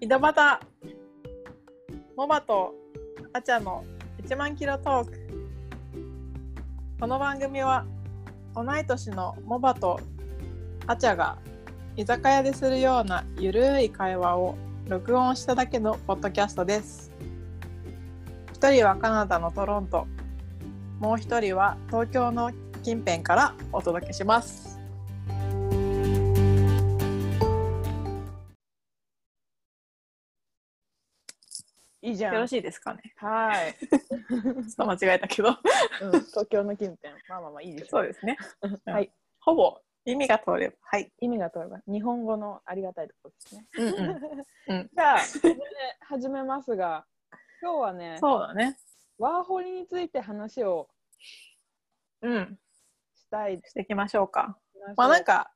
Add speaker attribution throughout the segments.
Speaker 1: 井戸端モバとアチャの1万キロトークこの番組は同い年のモバとアチャが居酒屋でするようなゆるい会話を録音しただけのポッドキャストです一人はカナダのトロントもう一人は東京の近辺からお届けします
Speaker 2: いいじゃん。
Speaker 1: よろしいですかね
Speaker 2: はい、
Speaker 1: ちょっと間違えたけど
Speaker 2: うん。東京の近辺。まあまあまあいいでし
Speaker 1: そ
Speaker 2: ょ。
Speaker 1: うう ですね
Speaker 2: はい。
Speaker 1: ほぼ意味が通ればはい
Speaker 2: 意味が通れば日本語のありがたいところですね。
Speaker 1: うんうん うん
Speaker 2: じゃあ、これで始めますが、今日はね、
Speaker 1: そうだね。
Speaker 2: ワーホリについて話を
Speaker 1: うん。
Speaker 2: したい。
Speaker 1: していきましょうか。まあなん、か、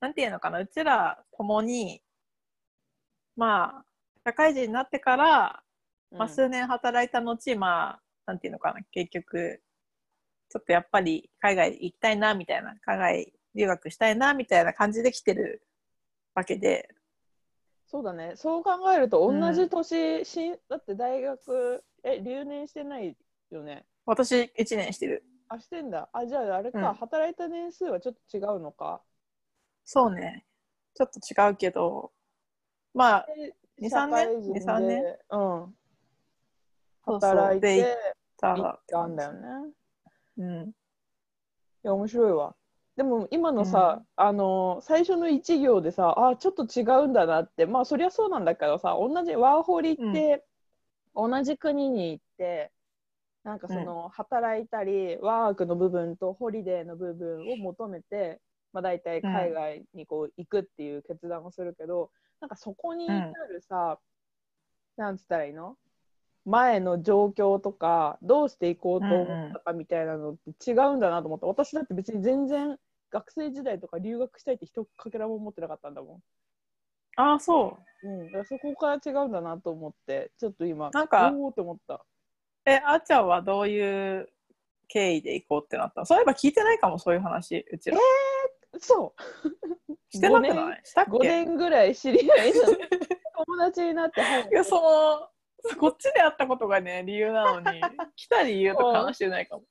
Speaker 1: なんていうのかな、うちらともに、まあ、社会人になってから、まあ、
Speaker 2: うん
Speaker 1: 数年働いた後、まあ、なんていうのかな、結局、ちょっとやっぱり海外行きたいな、みたいな、海外留学したいな、みたいな感じで来てるわけで、
Speaker 2: そうだね。そう考えると
Speaker 1: うん
Speaker 2: 同じ年、しん、だって大学え留年してないよね。
Speaker 1: 私1年してる。
Speaker 2: あしてんだ。あじゃああれか、
Speaker 1: うん
Speaker 2: 働いた年数はちょっと違うのか。
Speaker 1: そうね。ちょっと違うけど、まあ、二三年
Speaker 2: 社会人で
Speaker 1: 二三年
Speaker 2: うん。
Speaker 1: そうそう
Speaker 2: 働い
Speaker 1: で行ってた
Speaker 2: 行ったんだよね。
Speaker 1: うん。
Speaker 2: いや面白いわでも今のさ、あの最初の1行でさあちょっと違うんだなってまあそりゃそうなんだけどさ同じワーホリって、同じ国に行ってなんかその、働いたりワークの部分とホリデーの部分を求めて、まあ、大体海外にこう行くっていう決断をするけど、なんかそこに至るさ、なんつったらいいの前の状況とかどうしていこうと思ったかみたいなのって違うんだなと思った、私だって別に全然学生時代とか留学したいって一かけらも思ってなかったんだも
Speaker 1: ああ、そう。
Speaker 2: ん、うん、だからそこから違うんだなと思ってちょっと今
Speaker 1: なんか
Speaker 2: おおって思った
Speaker 1: え、あーちゃんはどういう経緯で行こうってなったのそういえば聞いてないかも、そういう話、うちら。
Speaker 2: そ
Speaker 1: してなくないしたっ
Speaker 2: う5
Speaker 1: け
Speaker 2: 年ぐらい知り合いの友達になってはい
Speaker 1: いや、その、 こっちで会ったことがね、理由なのに、来た理由とか話してないかも。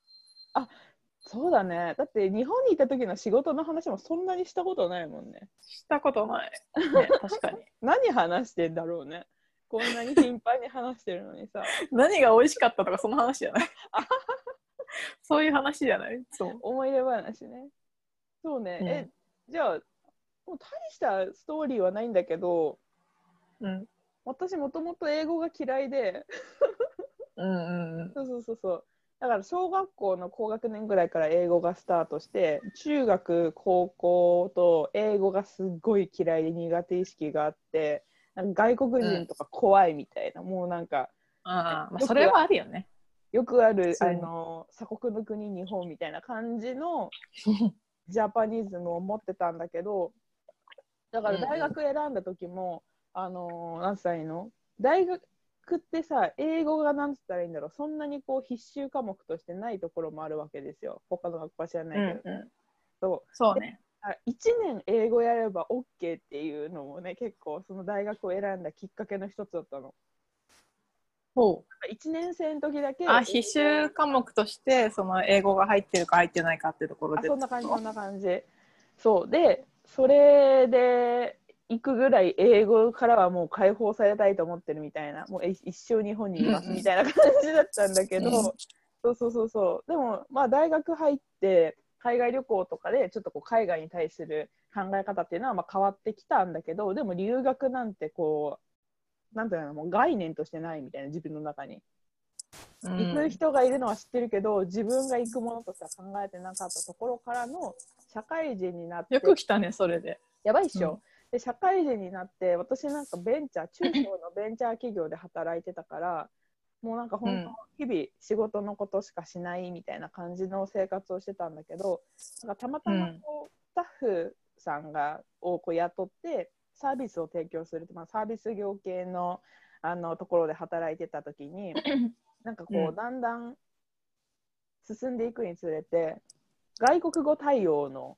Speaker 2: そうだねだって日本にいた時の仕事の話もそんなにしたことないもんね
Speaker 1: したことない。ね、確 かに。
Speaker 2: 何話してんだろうねこんなに頻繁に話してるのにさ
Speaker 1: 何が美味しかったとか、その話じゃ ない。そういう話じゃないそう。
Speaker 2: 思い出話ねそうね、
Speaker 1: うん
Speaker 2: えじゃあもう大したストーリーはないんだけど
Speaker 1: うん。
Speaker 2: 私もともと英語が嫌いで
Speaker 1: うんうん
Speaker 2: そうそうそうそうだから小学校の高学年ぐらいから英語がスタートして中学高校と英語がすっごい嫌いで苦手意識があってなんか外国人とか怖いみたいな、もうなんか
Speaker 1: ああ、ま
Speaker 2: よ
Speaker 1: あ、
Speaker 2: く
Speaker 1: それはあるよね。
Speaker 2: よくある
Speaker 1: そ
Speaker 2: あ
Speaker 1: う
Speaker 2: の鎖国の国日本みたいな感じのジャパニズムを持ってたんだけどだから大学選んだ時も、あの何歳の大学ってさ英語が何つったらいいんだろうそんなにこう必修科目としてないところもあるわけですよ他の学校は知らな
Speaker 1: うん
Speaker 2: いけ
Speaker 1: うん。
Speaker 2: ど、
Speaker 1: そうね。
Speaker 2: 1年英語やれば OK っていうのもね結構その大学を選んだきっかけの一つだったの
Speaker 1: ほう。
Speaker 2: 1年生の時だけ
Speaker 1: あ、必修科目として、その英語が入ってるか入ってないかっていうところ
Speaker 2: あ
Speaker 1: で。
Speaker 2: そんな感じそんな感じそうでそれで行くぐらい英語からはもう解放されたいと思ってるみたいなもうえ一生日本にいます
Speaker 1: うんうん
Speaker 2: みたいな感じだったんだけど、
Speaker 1: うん
Speaker 2: そうそうそうそうでもまあ大学入って海外旅行とかでちょっとこう海外に対する考え方っていうのはまあ変わってきたんだけどでも留学なんてこうなんていうのもう概念としてないみたいな自分の中に。
Speaker 1: うん
Speaker 2: 行く人がいるのは知ってるけど、自分が行くものとしては考えてなかったところからの社会人になって
Speaker 1: よく来たね、それで。
Speaker 2: やばいっしょ、
Speaker 1: うん
Speaker 2: で社会人になって私なんかベンチャー中小のベンチャー企業で働いてたからもうなんか本当日々仕事のことしかしないみたいな感じの生活をしてたんだけどなんかたまたまこうスタッフさんがをこう雇ってサービスを提供する、まあ、サービス業系のあのところで働いてた時 になんかこ
Speaker 1: う
Speaker 2: うんだんだん進んでいくにつれて外国語対応の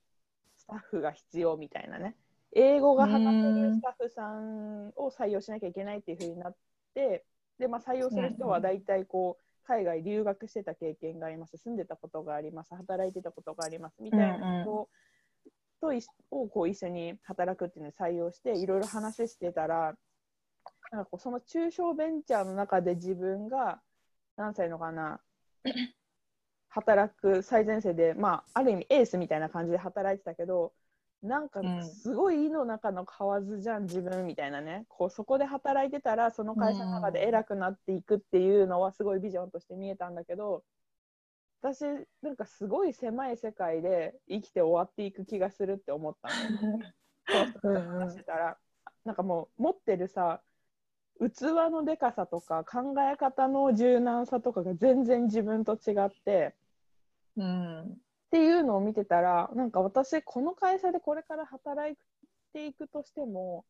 Speaker 2: スタッフが必要みたいなね英語が話せるスタッフさんを採用しなきゃいけないっていうふうになってで、まあ、採用する人は大体こう海外留学してた経験があります住んでたことがあります働いてたことがありますみたいな人を,、といをこう一緒に働くっていうのに採用していろいろ話してたらなんかこうその中小ベンチャーの中で自分が何歳のかな働く最前線で、まあ、ある意味エースみたいな感じで働いてたけどなんか
Speaker 1: うん
Speaker 2: すごい井の中の蛙じゃん自分みたいなねこうそこで働いてたらその会社の中で偉くなっていくっていうのはすごいビジョンとして見えたんだけど私なんかすごい狭い世界で生きて終わっていく気がするって思ったの。
Speaker 1: うんうん
Speaker 2: 話してたら、なんかもう持ってるさ器のでかさとか考え方の柔軟さとかが全然自分と違って
Speaker 1: うん
Speaker 2: っていうのを見てたらなんか私この会社でこれから働いていくとしても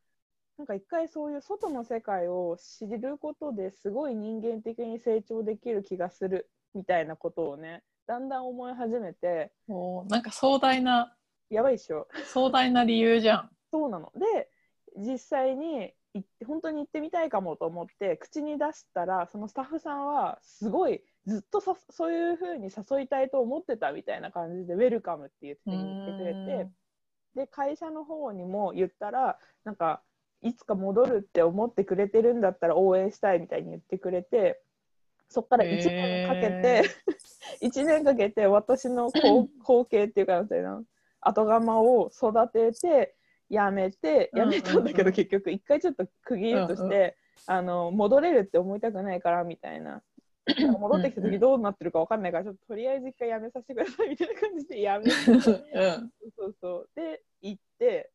Speaker 2: なんか一回そういう外の世界を知ることですごい人間的に成長できる気がするみたいなことをねだんだん思い始めて
Speaker 1: おーなんか壮大な
Speaker 2: やばいっしょ
Speaker 1: 壮大な理由じゃ ん。
Speaker 2: そうなの。で、実際に行って、本当に行ってみたいかもと思って、口に出したら、そのスタッフさんは、すごい、ずっとさそういうふうに誘いたいと思ってたみたいな感じで、ウェルカムって言って言ってくれて、で、会社の方にも言ったら、なんか、いつか戻るって思ってくれてるんだったら応援したいみたいに言ってくれて、そこから1年かけ
Speaker 1: へ
Speaker 2: て、1年かけて私の 後後継っていうかなんていうの後釜を育ててやめて
Speaker 1: うん
Speaker 2: や
Speaker 1: うんうん
Speaker 2: めたんだけど結局一回ちょっと区切りとして、
Speaker 1: うん
Speaker 2: あの戻れるって思いたくないからみたい な戻ってきた時どうなってるかわかんないからちょっととりあえず一回やめさせてくださいみたいな感じでやめて
Speaker 1: うん
Speaker 2: そうそうで行って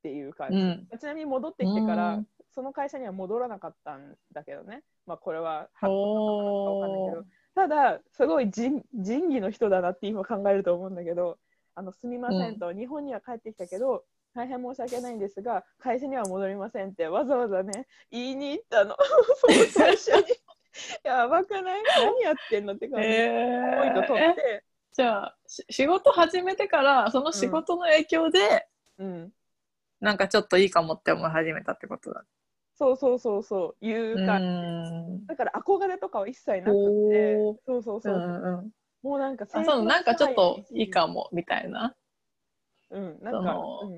Speaker 2: っていう感じ、
Speaker 1: うん
Speaker 2: ちなみに戻ってきてから、
Speaker 1: うん
Speaker 2: その会社には戻らなかったんだけどねまあこれは
Speaker 1: お
Speaker 2: わかんないけ
Speaker 1: お
Speaker 2: どただすごい仁仁義の人だなって今考えると思うんだけどあのすみませんと、日本には帰ってきたけど大変申し訳ないんですが会社には戻りませんってわざわざね言いに行ったの その最初に やばくない何やってんのって
Speaker 1: ー。
Speaker 2: 感じ、
Speaker 1: え
Speaker 2: ポイント取っ
Speaker 1: ー、
Speaker 2: て、
Speaker 1: じゃあし仕事始めてからその仕事の影響で、
Speaker 2: うん、
Speaker 1: なんかちょっといいかもって思い始めたってことだ。
Speaker 2: そうそうそうそう言うか、だから憧れとかは一切なくて
Speaker 1: おー
Speaker 2: そうそう
Speaker 1: う
Speaker 2: そう、
Speaker 1: んうん、
Speaker 2: もうなんか
Speaker 1: あそうなんかちょっといいか
Speaker 2: も
Speaker 1: もみたいな。
Speaker 2: うんな
Speaker 1: そ
Speaker 2: んか、
Speaker 1: の
Speaker 2: うん、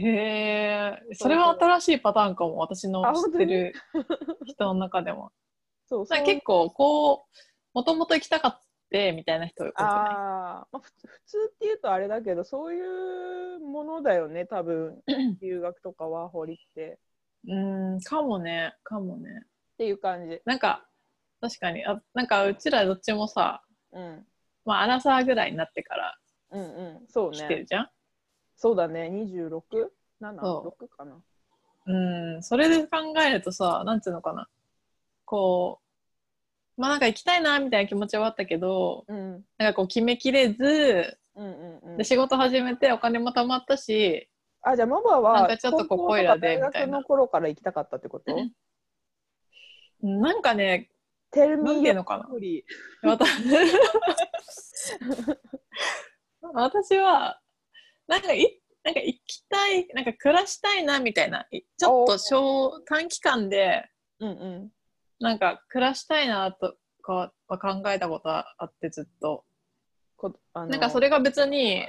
Speaker 1: へえそれは新しいパターンかも私の
Speaker 2: あ
Speaker 1: 知ってる人の中でも。
Speaker 2: そう
Speaker 1: なん
Speaker 2: そう
Speaker 1: か結構こうもともと行きたかってみたいな人多くな
Speaker 2: あー、まあ、ふつ普通っていうとあれだけどそういうものだよね多分留学とかワーホリって
Speaker 1: いうんかもねかもね。
Speaker 2: っていう感じ
Speaker 1: なんか確かにあなんかうちらどっちもさ、
Speaker 2: うん
Speaker 1: まあ、アラサーぐらいになってから
Speaker 2: うんうんそう
Speaker 1: 来て
Speaker 2: ね
Speaker 1: るじゃん。
Speaker 2: そうだね 267?6
Speaker 1: そ
Speaker 2: かな
Speaker 1: うん、それで考えるとさ、なんつうのかな。こう、まあなんか行きたいな、みたいな気持ちはあったけど、
Speaker 2: うんうん
Speaker 1: なんかこう決めきれず、
Speaker 2: うんうん
Speaker 1: で仕事始めてお金も貯まったし、
Speaker 2: あじゃあママ
Speaker 1: なん
Speaker 2: は
Speaker 1: かちょっとこう
Speaker 2: 高校
Speaker 1: こい
Speaker 2: と
Speaker 1: ら
Speaker 2: か
Speaker 1: で
Speaker 2: 大
Speaker 1: みたいな
Speaker 2: 学の頃から行きたかったってこと
Speaker 1: なんかね、
Speaker 2: テル
Speaker 1: なん
Speaker 2: ミ
Speaker 1: てい
Speaker 2: ー
Speaker 1: うのかな。
Speaker 2: より
Speaker 1: 私 私は、なんかい、なんか行きたい、なんか暮らしたいな、みたいな。いちょっと小短期間で、
Speaker 2: うんうん
Speaker 1: なんか暮らしたいな、とかは考えたことはあって、ずっと。
Speaker 2: こあの
Speaker 1: なんかそれが別に、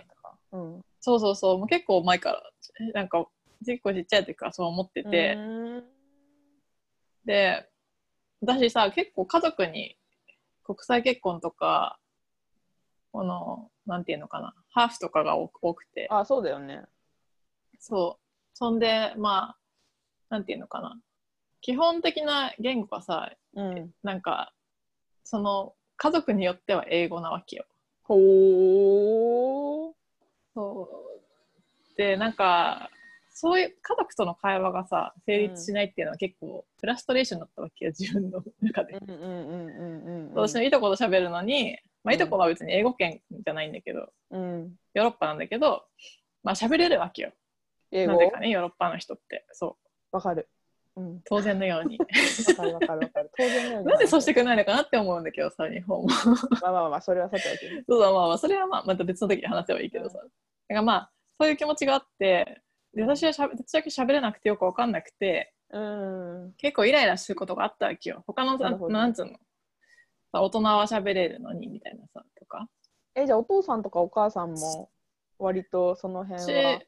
Speaker 2: うんう
Speaker 1: そうそうそう、もう結構前から、えなんか、結構ちっちゃい時からそう思ってて、
Speaker 2: ーん
Speaker 1: で、私さ、結構家族に国際結婚とか、この、なんていうのかな、ハーフとかが多く多くて、
Speaker 2: あそうだよね
Speaker 1: そう。そんで、まあ、なんていうのかな、基本的な言語がさ、
Speaker 2: うん
Speaker 1: なんか、その、家族によっては英語なわけよ。
Speaker 2: ほー
Speaker 1: そうでなんかそういう家族との会話がさ成立しないっていうのは結構フラストレーションだったわけよ自分の中で、
Speaker 2: うんうんうんうんうんうん
Speaker 1: 私のいとこと喋るのに、まあ、
Speaker 2: うん
Speaker 1: いとこは別に英語圏じゃないんだけど
Speaker 2: うん
Speaker 1: ヨーロッパなんだけどまあ喋れるわけよ
Speaker 2: 英
Speaker 1: な
Speaker 2: 語
Speaker 1: んでかねヨーロッパの人ってそう
Speaker 2: わかる。うん。
Speaker 1: 当然のよう に
Speaker 2: わかるわかるわかる。当然だよね。
Speaker 1: なんでそうしてくれないのかなって思うんだけどさ日本も そう
Speaker 2: まあまあまあ、それはさておき。
Speaker 1: だまあまあそれはまあまた別の時に話せばいいけどさだからまあそういう気持ちがあってで私はしゃべ私だけ喋れなくてよく分かんなくて
Speaker 2: うん
Speaker 1: 結構イライラすることがあったわけよ他の
Speaker 2: な
Speaker 1: な
Speaker 2: るほど
Speaker 1: なんつうのさ大人は喋れるのにみたいなさとか
Speaker 2: えじゃあお父さんとかお母さんも割とその辺
Speaker 1: 私
Speaker 2: は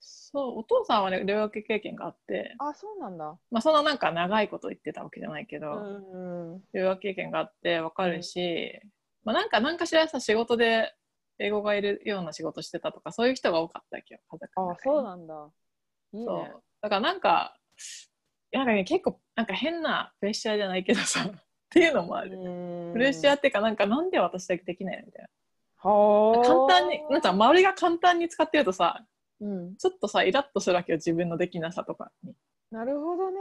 Speaker 1: そうお父さんはね留学経験があって、
Speaker 2: あそうなんだ
Speaker 1: まあ、そんななんか長いこと言ってたわけじゃないけ
Speaker 2: う
Speaker 1: ど、
Speaker 2: んうん
Speaker 1: 留学経験があってわかるし、まあ、なんか何かしらさ仕事で英語がいるような仕事してたとかそういう人が多かったわけよ家族の
Speaker 2: あ
Speaker 1: 中に
Speaker 2: そうなんだいいね
Speaker 1: そうだからなんかなんかね結構なんか変なプレッシャーじゃないけどさ っていうのもある、
Speaker 2: うん
Speaker 1: プレッシャーっていうかなんかなんで私だけできないのみたい
Speaker 2: は
Speaker 1: な
Speaker 2: あ
Speaker 1: 簡単になんか周りが簡単に使ってるとさ
Speaker 2: うん
Speaker 1: ちょっとさイラッとするわけよ自分のできなさとかに、
Speaker 2: なるほどね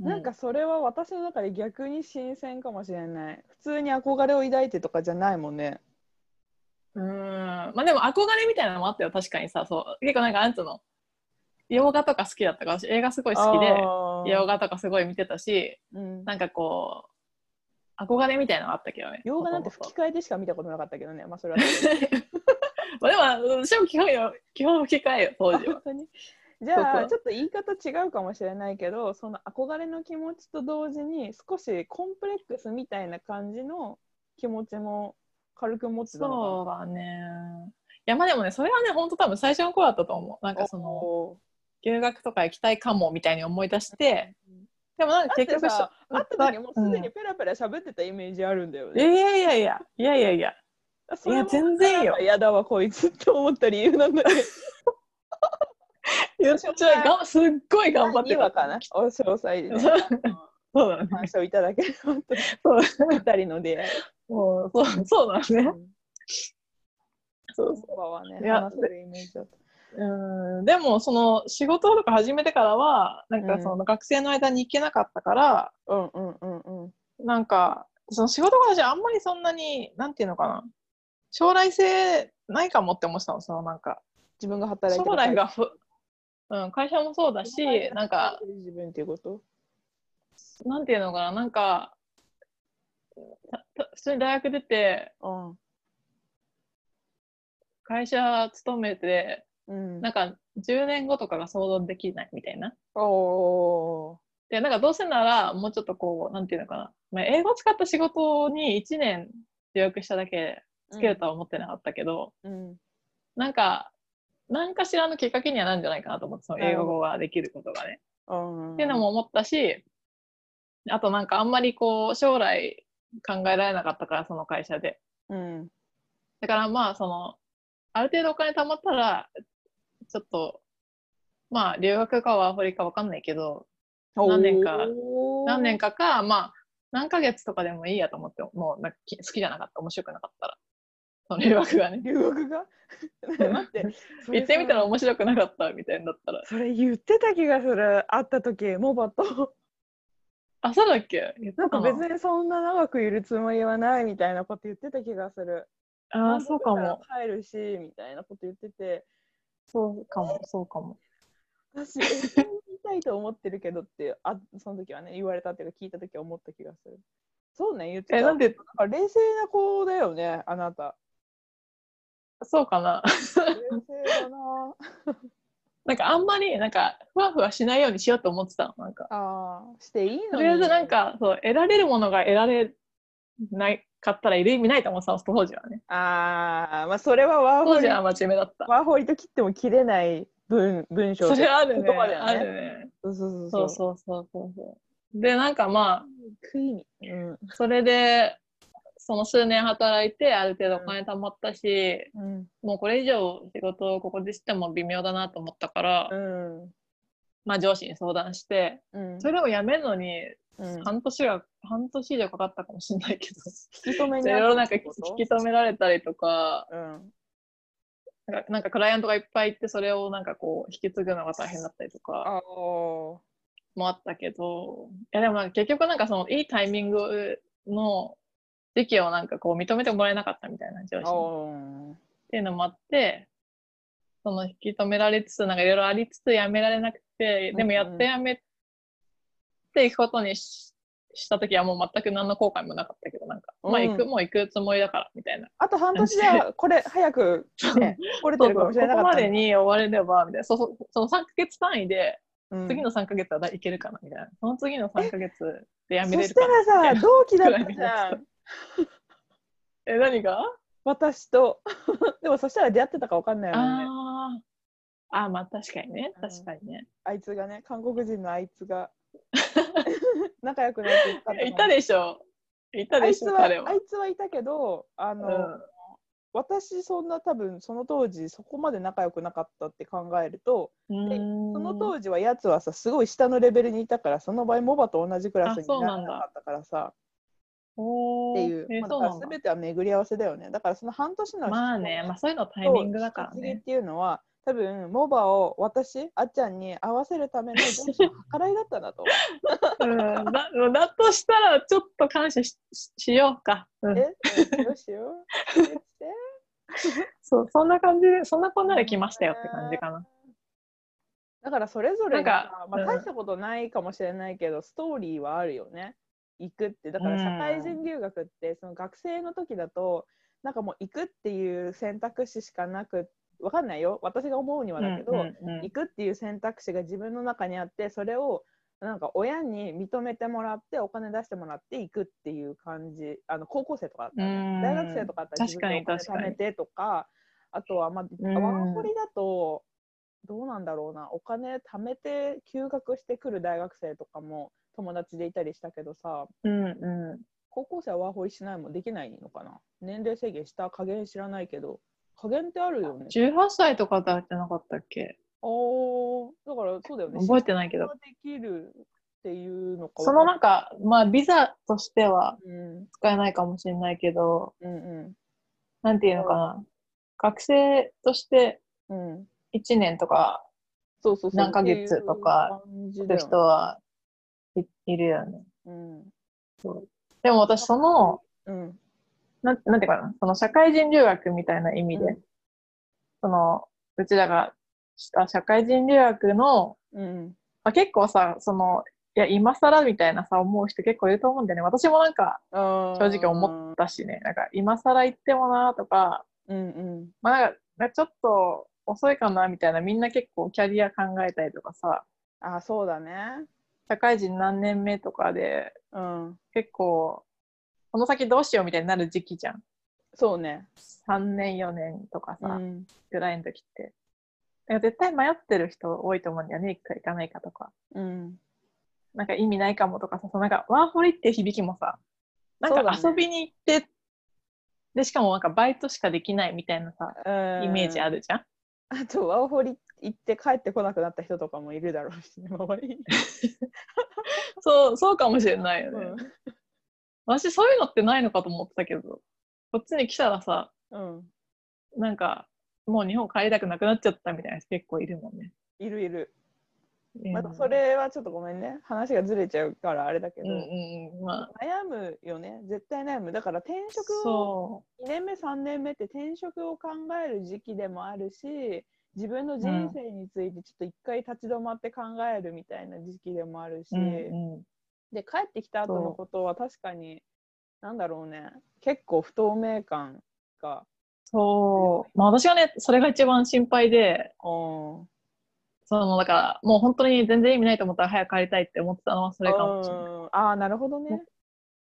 Speaker 1: う
Speaker 2: なんかそれは私の中で逆に新鮮かもしれない普通に憧れを抱いてとかじゃないもんね
Speaker 1: うーんまあでも憧れみたいなのもあったよ確かにさそう結構なんかなんつうの洋画とか好きだったから私映画すごい好きで
Speaker 2: 好
Speaker 1: 洋画とかすごい見てたし
Speaker 2: うん
Speaker 1: なんかこう憧れみたいなのあったけどね
Speaker 2: 洋画なんて
Speaker 1: 元
Speaker 2: 吹
Speaker 1: 々
Speaker 2: き替えでしか見たことなかったけどねまあそれは
Speaker 1: まあでも私も基本よ基本吹き替えよ当時は
Speaker 2: 本当にじゃ
Speaker 1: そうそ
Speaker 2: あ
Speaker 1: う
Speaker 2: ちょっと言い方違うかもしれないけどその憧れの気持ちと同時に少しコンプレックスみたいな感じの気持ちも軽く持ってた
Speaker 1: そ
Speaker 2: の
Speaker 1: うだねいやまあでもねそれはね本当多分最初の頃だったと思うなん
Speaker 2: かな
Speaker 1: かその留学とか行きたいかもみたいに思い出し
Speaker 2: だ
Speaker 1: てでもなんか
Speaker 2: って
Speaker 1: 結局
Speaker 2: さ
Speaker 1: うん
Speaker 2: 会った時もうすでにペラペラ喋ってたイメージあるんだよ
Speaker 1: い
Speaker 2: ね、
Speaker 1: やいやいやいやいやいやいや
Speaker 2: それも
Speaker 1: いや全然よ
Speaker 2: 嫌だわこいつって思った理由なんだけど
Speaker 1: 言っちゃうがすっごい頑張って
Speaker 2: 今かなお詳細で、ね、
Speaker 1: そうだね。
Speaker 2: 感謝をいただければと
Speaker 1: そう
Speaker 2: 二人の出会い
Speaker 1: もうそうそうだね。そうそ
Speaker 2: そばはね
Speaker 1: いや
Speaker 2: 話せるイメージだった
Speaker 1: ううんでもその仕事とか始めてからはなんかその学生の間に行けなかったから、
Speaker 2: うんうんうんうん
Speaker 1: なんかその仕事が私あんまりそんなになんていうのかな将来性ないかもって思ってたのそのなんか
Speaker 2: 自分が働いて
Speaker 1: 将
Speaker 2: る
Speaker 1: 来がふ、うん、会社もそうだしなんか
Speaker 2: 自分っていうこと
Speaker 1: なんていうのかななんかたた普通に大学出て会社勤めて
Speaker 2: うんうん
Speaker 1: なんか10年後とかが想像できないみたいな。
Speaker 2: おー
Speaker 1: で、なんかどうせならもうちょっとこう、なんていうのかな。まあ、英語使った仕事に1年予約しただけでつけるとは思ってなかったけど、
Speaker 2: うん
Speaker 1: なんか、何かしらのきっかけにはなるんじゃないかなと思って、その英語ができることがね。
Speaker 2: うん
Speaker 1: っていうのも思ったし、あとなんかあんまりこう、将来考えられなかったから、その会社で。
Speaker 2: うん
Speaker 1: だからまあそのある程度お金貯まったらちょっとまあ留学かワーホリかわかんないけど何年か何年
Speaker 2: か
Speaker 1: かかまあ何ヶ月とかでもいいやと思ってもうなんかき好きじゃなかった面白くなかったらその留学がね
Speaker 2: 留学が 待ってそれ
Speaker 1: 行ってみたら面白くなかったみたいになったら
Speaker 2: それ言ってた気がする会った時モバと
Speaker 1: あそうだっけ言って
Speaker 2: なん
Speaker 1: た
Speaker 2: か
Speaker 1: か
Speaker 2: 別
Speaker 1: な
Speaker 2: にそんな長くいるつもりはないみたいなこと言ってた気がする
Speaker 1: ああそうか
Speaker 2: 満足
Speaker 1: も
Speaker 2: したら帰るしみたいなこと言ってて
Speaker 1: そうかもそうかも
Speaker 2: 私行きたいと思ってるけどってあその時はね言われたっていうか聞いた時は思った気がするそうね言ってた
Speaker 1: えなんで
Speaker 2: だから冷静な子だよねあなた
Speaker 1: そうかな
Speaker 2: 冷静だな
Speaker 1: なんかあんまりなんかふわふわしないようにしようと思ってたのなんか
Speaker 2: あーしていいのに
Speaker 1: とりあえずなんかそう得られるものが得られないかったらいる意味ないと思ってた当時はね
Speaker 2: ああまあそれはワーホ
Speaker 1: 当
Speaker 2: リ
Speaker 1: 時は真面目だった
Speaker 2: ワーホリと切っても切れない文文章
Speaker 1: それはあるね
Speaker 2: 言葉だよね
Speaker 1: あるね
Speaker 2: そうそうそ
Speaker 1: そう
Speaker 2: う
Speaker 1: そうそうそうそうでなんかま
Speaker 2: 食いにうん
Speaker 1: あそれでその数年働いてある程度お金貯まったし、
Speaker 2: うん
Speaker 1: もうこれ以上仕事をここでしても微妙だなと思ったから、
Speaker 2: うん
Speaker 1: まあ上司に相談して
Speaker 2: うん
Speaker 1: それをやめるのに
Speaker 2: うん
Speaker 1: 半年が、半年以上かかったかもしれないけ ど
Speaker 2: 引き止め
Speaker 1: い
Speaker 2: に
Speaker 1: ろい
Speaker 2: あ
Speaker 1: ろ
Speaker 2: た
Speaker 1: なんか
Speaker 2: って
Speaker 1: 引
Speaker 2: こと
Speaker 1: き止められたりとか
Speaker 2: うん
Speaker 1: なんかなんかクライアントがいっぱいいてそれをなんかこう引き継ぐのが大変だったりとか
Speaker 2: あー
Speaker 1: もあったけどいやでもなんか結局なんかそのいいタイミングの時期をなんかこう認めてもらえなかったみたいな上
Speaker 2: あ
Speaker 1: 司にっ
Speaker 2: ー
Speaker 1: ていうのもあってその引き止められつつなんかいろいろありつつやめられなくてでもやっとやめていくことにしした時はもう全く何の後悔もなかったけどなんか、まあ
Speaker 2: うん
Speaker 1: 行くもう行くつもりだからみたいな
Speaker 2: あと半年じゃこれ早く、ね、折れてるかもしれな
Speaker 1: こ
Speaker 2: か
Speaker 1: こ
Speaker 2: っ
Speaker 1: ま
Speaker 2: た
Speaker 1: でに終われればみたいなそうそうその3ヶ月単位で
Speaker 2: うん
Speaker 1: 次の3ヶ月はだいけるかなみたいなその次の3ヶ月でやめ
Speaker 2: そ
Speaker 1: れ
Speaker 2: し
Speaker 1: る
Speaker 2: た
Speaker 1: かなみたい
Speaker 2: ら
Speaker 1: な
Speaker 2: さ同期 だったじゃん
Speaker 1: え何が
Speaker 2: 私と でもそしたら出会ってたかわかんないよね
Speaker 1: あーあーまあ確かにね
Speaker 2: うん
Speaker 1: 確かにね、
Speaker 2: あいつがね韓国人のあいつが 仲良くなっていったの
Speaker 1: いたでしょいた
Speaker 2: あ
Speaker 1: で
Speaker 2: い
Speaker 1: し
Speaker 2: つ
Speaker 1: ょ
Speaker 2: は
Speaker 1: 彼は
Speaker 2: あいつはいたけどあの、私そんな多分その当時そこまで仲良くなかったって考えるとでそ
Speaker 1: そ
Speaker 2: の当時はやつはさすごい下のレベルにいたからその場合モバと同じクラスに
Speaker 1: あそう
Speaker 2: な
Speaker 1: な
Speaker 2: ら
Speaker 1: んだ
Speaker 2: なかったからさっ
Speaker 1: って
Speaker 2: いう、
Speaker 1: えー
Speaker 2: まあ
Speaker 1: そう
Speaker 2: だ
Speaker 1: な
Speaker 2: か
Speaker 1: ん
Speaker 2: ら
Speaker 1: だ
Speaker 2: 全ては巡り合わせだよねだからその半年の
Speaker 1: まあね、まあ、そういうのはタ
Speaker 2: タ
Speaker 1: イミングだからね
Speaker 2: っていうのは多分モバを私あっちゃんに合わせるための上司の計らいだったんだと思 う
Speaker 1: うんだだとしたらちょっと感謝しししようか、うん
Speaker 2: えどうしようえって
Speaker 1: そうそんな感じでそんなこんなで来ましたよって感じかな
Speaker 2: だからそれぞれに
Speaker 1: なん
Speaker 2: さ
Speaker 1: か、
Speaker 2: まあ、
Speaker 1: うん
Speaker 2: 大したことないかもしれないけど、ストーリーはあるよね行くってだから
Speaker 1: うん
Speaker 2: 社会人留学ってその学生の時だとなんかもう行くっていう選択肢しかなくわかんないよ私が思うにはだけど、
Speaker 1: うんうんうん
Speaker 2: 行くっていう選択肢が自分の中にあってそれをなんか親に認めてもらってお金出してもらって行くっていう感じあの高校生とかだったらね
Speaker 1: うん
Speaker 2: 大学生とかだったら自分でお
Speaker 1: 確かに
Speaker 2: 金
Speaker 1: 確か
Speaker 2: 貯
Speaker 1: に
Speaker 2: めてとかあとは、まあ、
Speaker 1: ん
Speaker 2: ワンホリだとどうなんだろうなお金貯めて休学してくる大学生とかも友達でいたりしたけどさ
Speaker 1: うんうん
Speaker 2: 高校生はワーホリしないもんできないのかな年齢制限した加減知らないけど加減ってあるよね
Speaker 1: 18歳とかだってなかったっけ
Speaker 2: おだからそうだよね
Speaker 1: 覚えてないけど
Speaker 2: 仕事ができるっていうのか
Speaker 1: そのなんかまあビザとしては
Speaker 2: うん
Speaker 1: 使えないかもしれないけど
Speaker 2: うん
Speaker 1: なんていうのかな学生として
Speaker 2: うんうん
Speaker 1: 1年とか
Speaker 2: そうそうそう
Speaker 1: 何ヶ月とか
Speaker 2: ってい
Speaker 1: いう
Speaker 2: 感
Speaker 1: る
Speaker 2: じ
Speaker 1: 人
Speaker 2: だよね
Speaker 1: はいいるよね
Speaker 2: うん
Speaker 1: でも私その
Speaker 2: うん
Speaker 1: なんなんていうかな、その社会人留学みたいな意味で、
Speaker 2: うん
Speaker 1: その、うちらが、あ社会人留学の、
Speaker 2: うん
Speaker 1: まあ、結構さ、その、いや、今更みたいなさ、思う人結構いると思うんだよね。私もなんか、正
Speaker 2: 正
Speaker 1: 直思ったしね、なんか、今更行ってもなとか、
Speaker 2: うんうん
Speaker 1: まあなんか、なんかちょっと遅いかなみたいな、みんな結構キャリア考えたりとかさ、
Speaker 2: あそうだね
Speaker 1: 社会人何年目とかで、
Speaker 2: うん
Speaker 1: 結構、この先どうしようみたいになる時期じゃん。
Speaker 2: そうね
Speaker 1: 3年、4年とかさ。
Speaker 2: うん
Speaker 1: ぐらいの時って。だから絶対迷ってる人多いと思うんだよね。行くか行かないかとか。
Speaker 2: うん
Speaker 1: なんか意味ないかもとかさ、そのなんかワーホリって響きもさ、なん
Speaker 2: そうだ
Speaker 1: か
Speaker 2: ね
Speaker 1: 遊びに行って、で、しかもなんかバイトしかできないみたいなさ、イメージあ
Speaker 2: る
Speaker 1: るじゃん。
Speaker 2: あとワーホリ行って帰ってこなくなった人とかもいるだろうしね 周りに
Speaker 1: そう、そうかもしれないよね。
Speaker 2: うん
Speaker 1: 私そういうのってないのかと思ってたけど、こっちに来たらさ、
Speaker 2: うん
Speaker 1: なんか、もう日本帰りたくなくなっちゃったみたいな人結構いるもんね。
Speaker 2: いるいる
Speaker 1: うん
Speaker 2: またそ、れはちょっとごめんね話がずれちゃうからあれだけ
Speaker 1: うん
Speaker 2: ど
Speaker 1: うんうん、まあ、
Speaker 2: 悩むよね絶対悩むだから転職を
Speaker 1: そう。
Speaker 2: 2年目3年目って転職を考える時期でもあるし自分の人生についてちょっと一回立ち止まって考えるみたいな時期でもあるし、
Speaker 1: うんうん
Speaker 2: で帰ってきた後のことは確かになんだろうね結構不透明感が
Speaker 1: そう。まあ私はね、それが一番心配で、
Speaker 2: うん
Speaker 1: その、だから、もう本当に全然意味ないと思ったら早く帰りたいって思ってたのはそれかもしれない。
Speaker 2: うんああなるほどね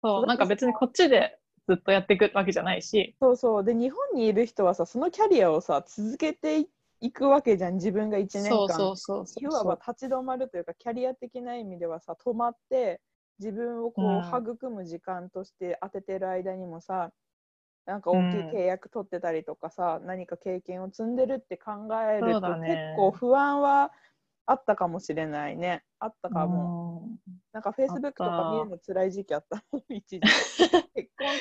Speaker 1: そう、なんか別にこっちでずっとやっていくわけじゃないし、
Speaker 2: そうそうで日本にいる人はさそのキャリアをさ続けていくわけじゃん自分が1年間
Speaker 1: そうそうそうそう。
Speaker 2: いわば立ち止まるというかキャリア的な意味ではさ止まって自分をこ
Speaker 1: う
Speaker 2: う育む時間として当ててる間にもさ、なんか大きい
Speaker 1: うん
Speaker 2: 契約取ってたりとかさ、何か経験を積んでるって考え
Speaker 1: そ
Speaker 2: る
Speaker 1: う
Speaker 2: と
Speaker 1: だ
Speaker 2: 結
Speaker 1: ね
Speaker 2: 構不安はあったかもしれないねあったかも、
Speaker 1: も
Speaker 2: なんかフェイスブックとか見るの辛い時期あった もん 一時結婚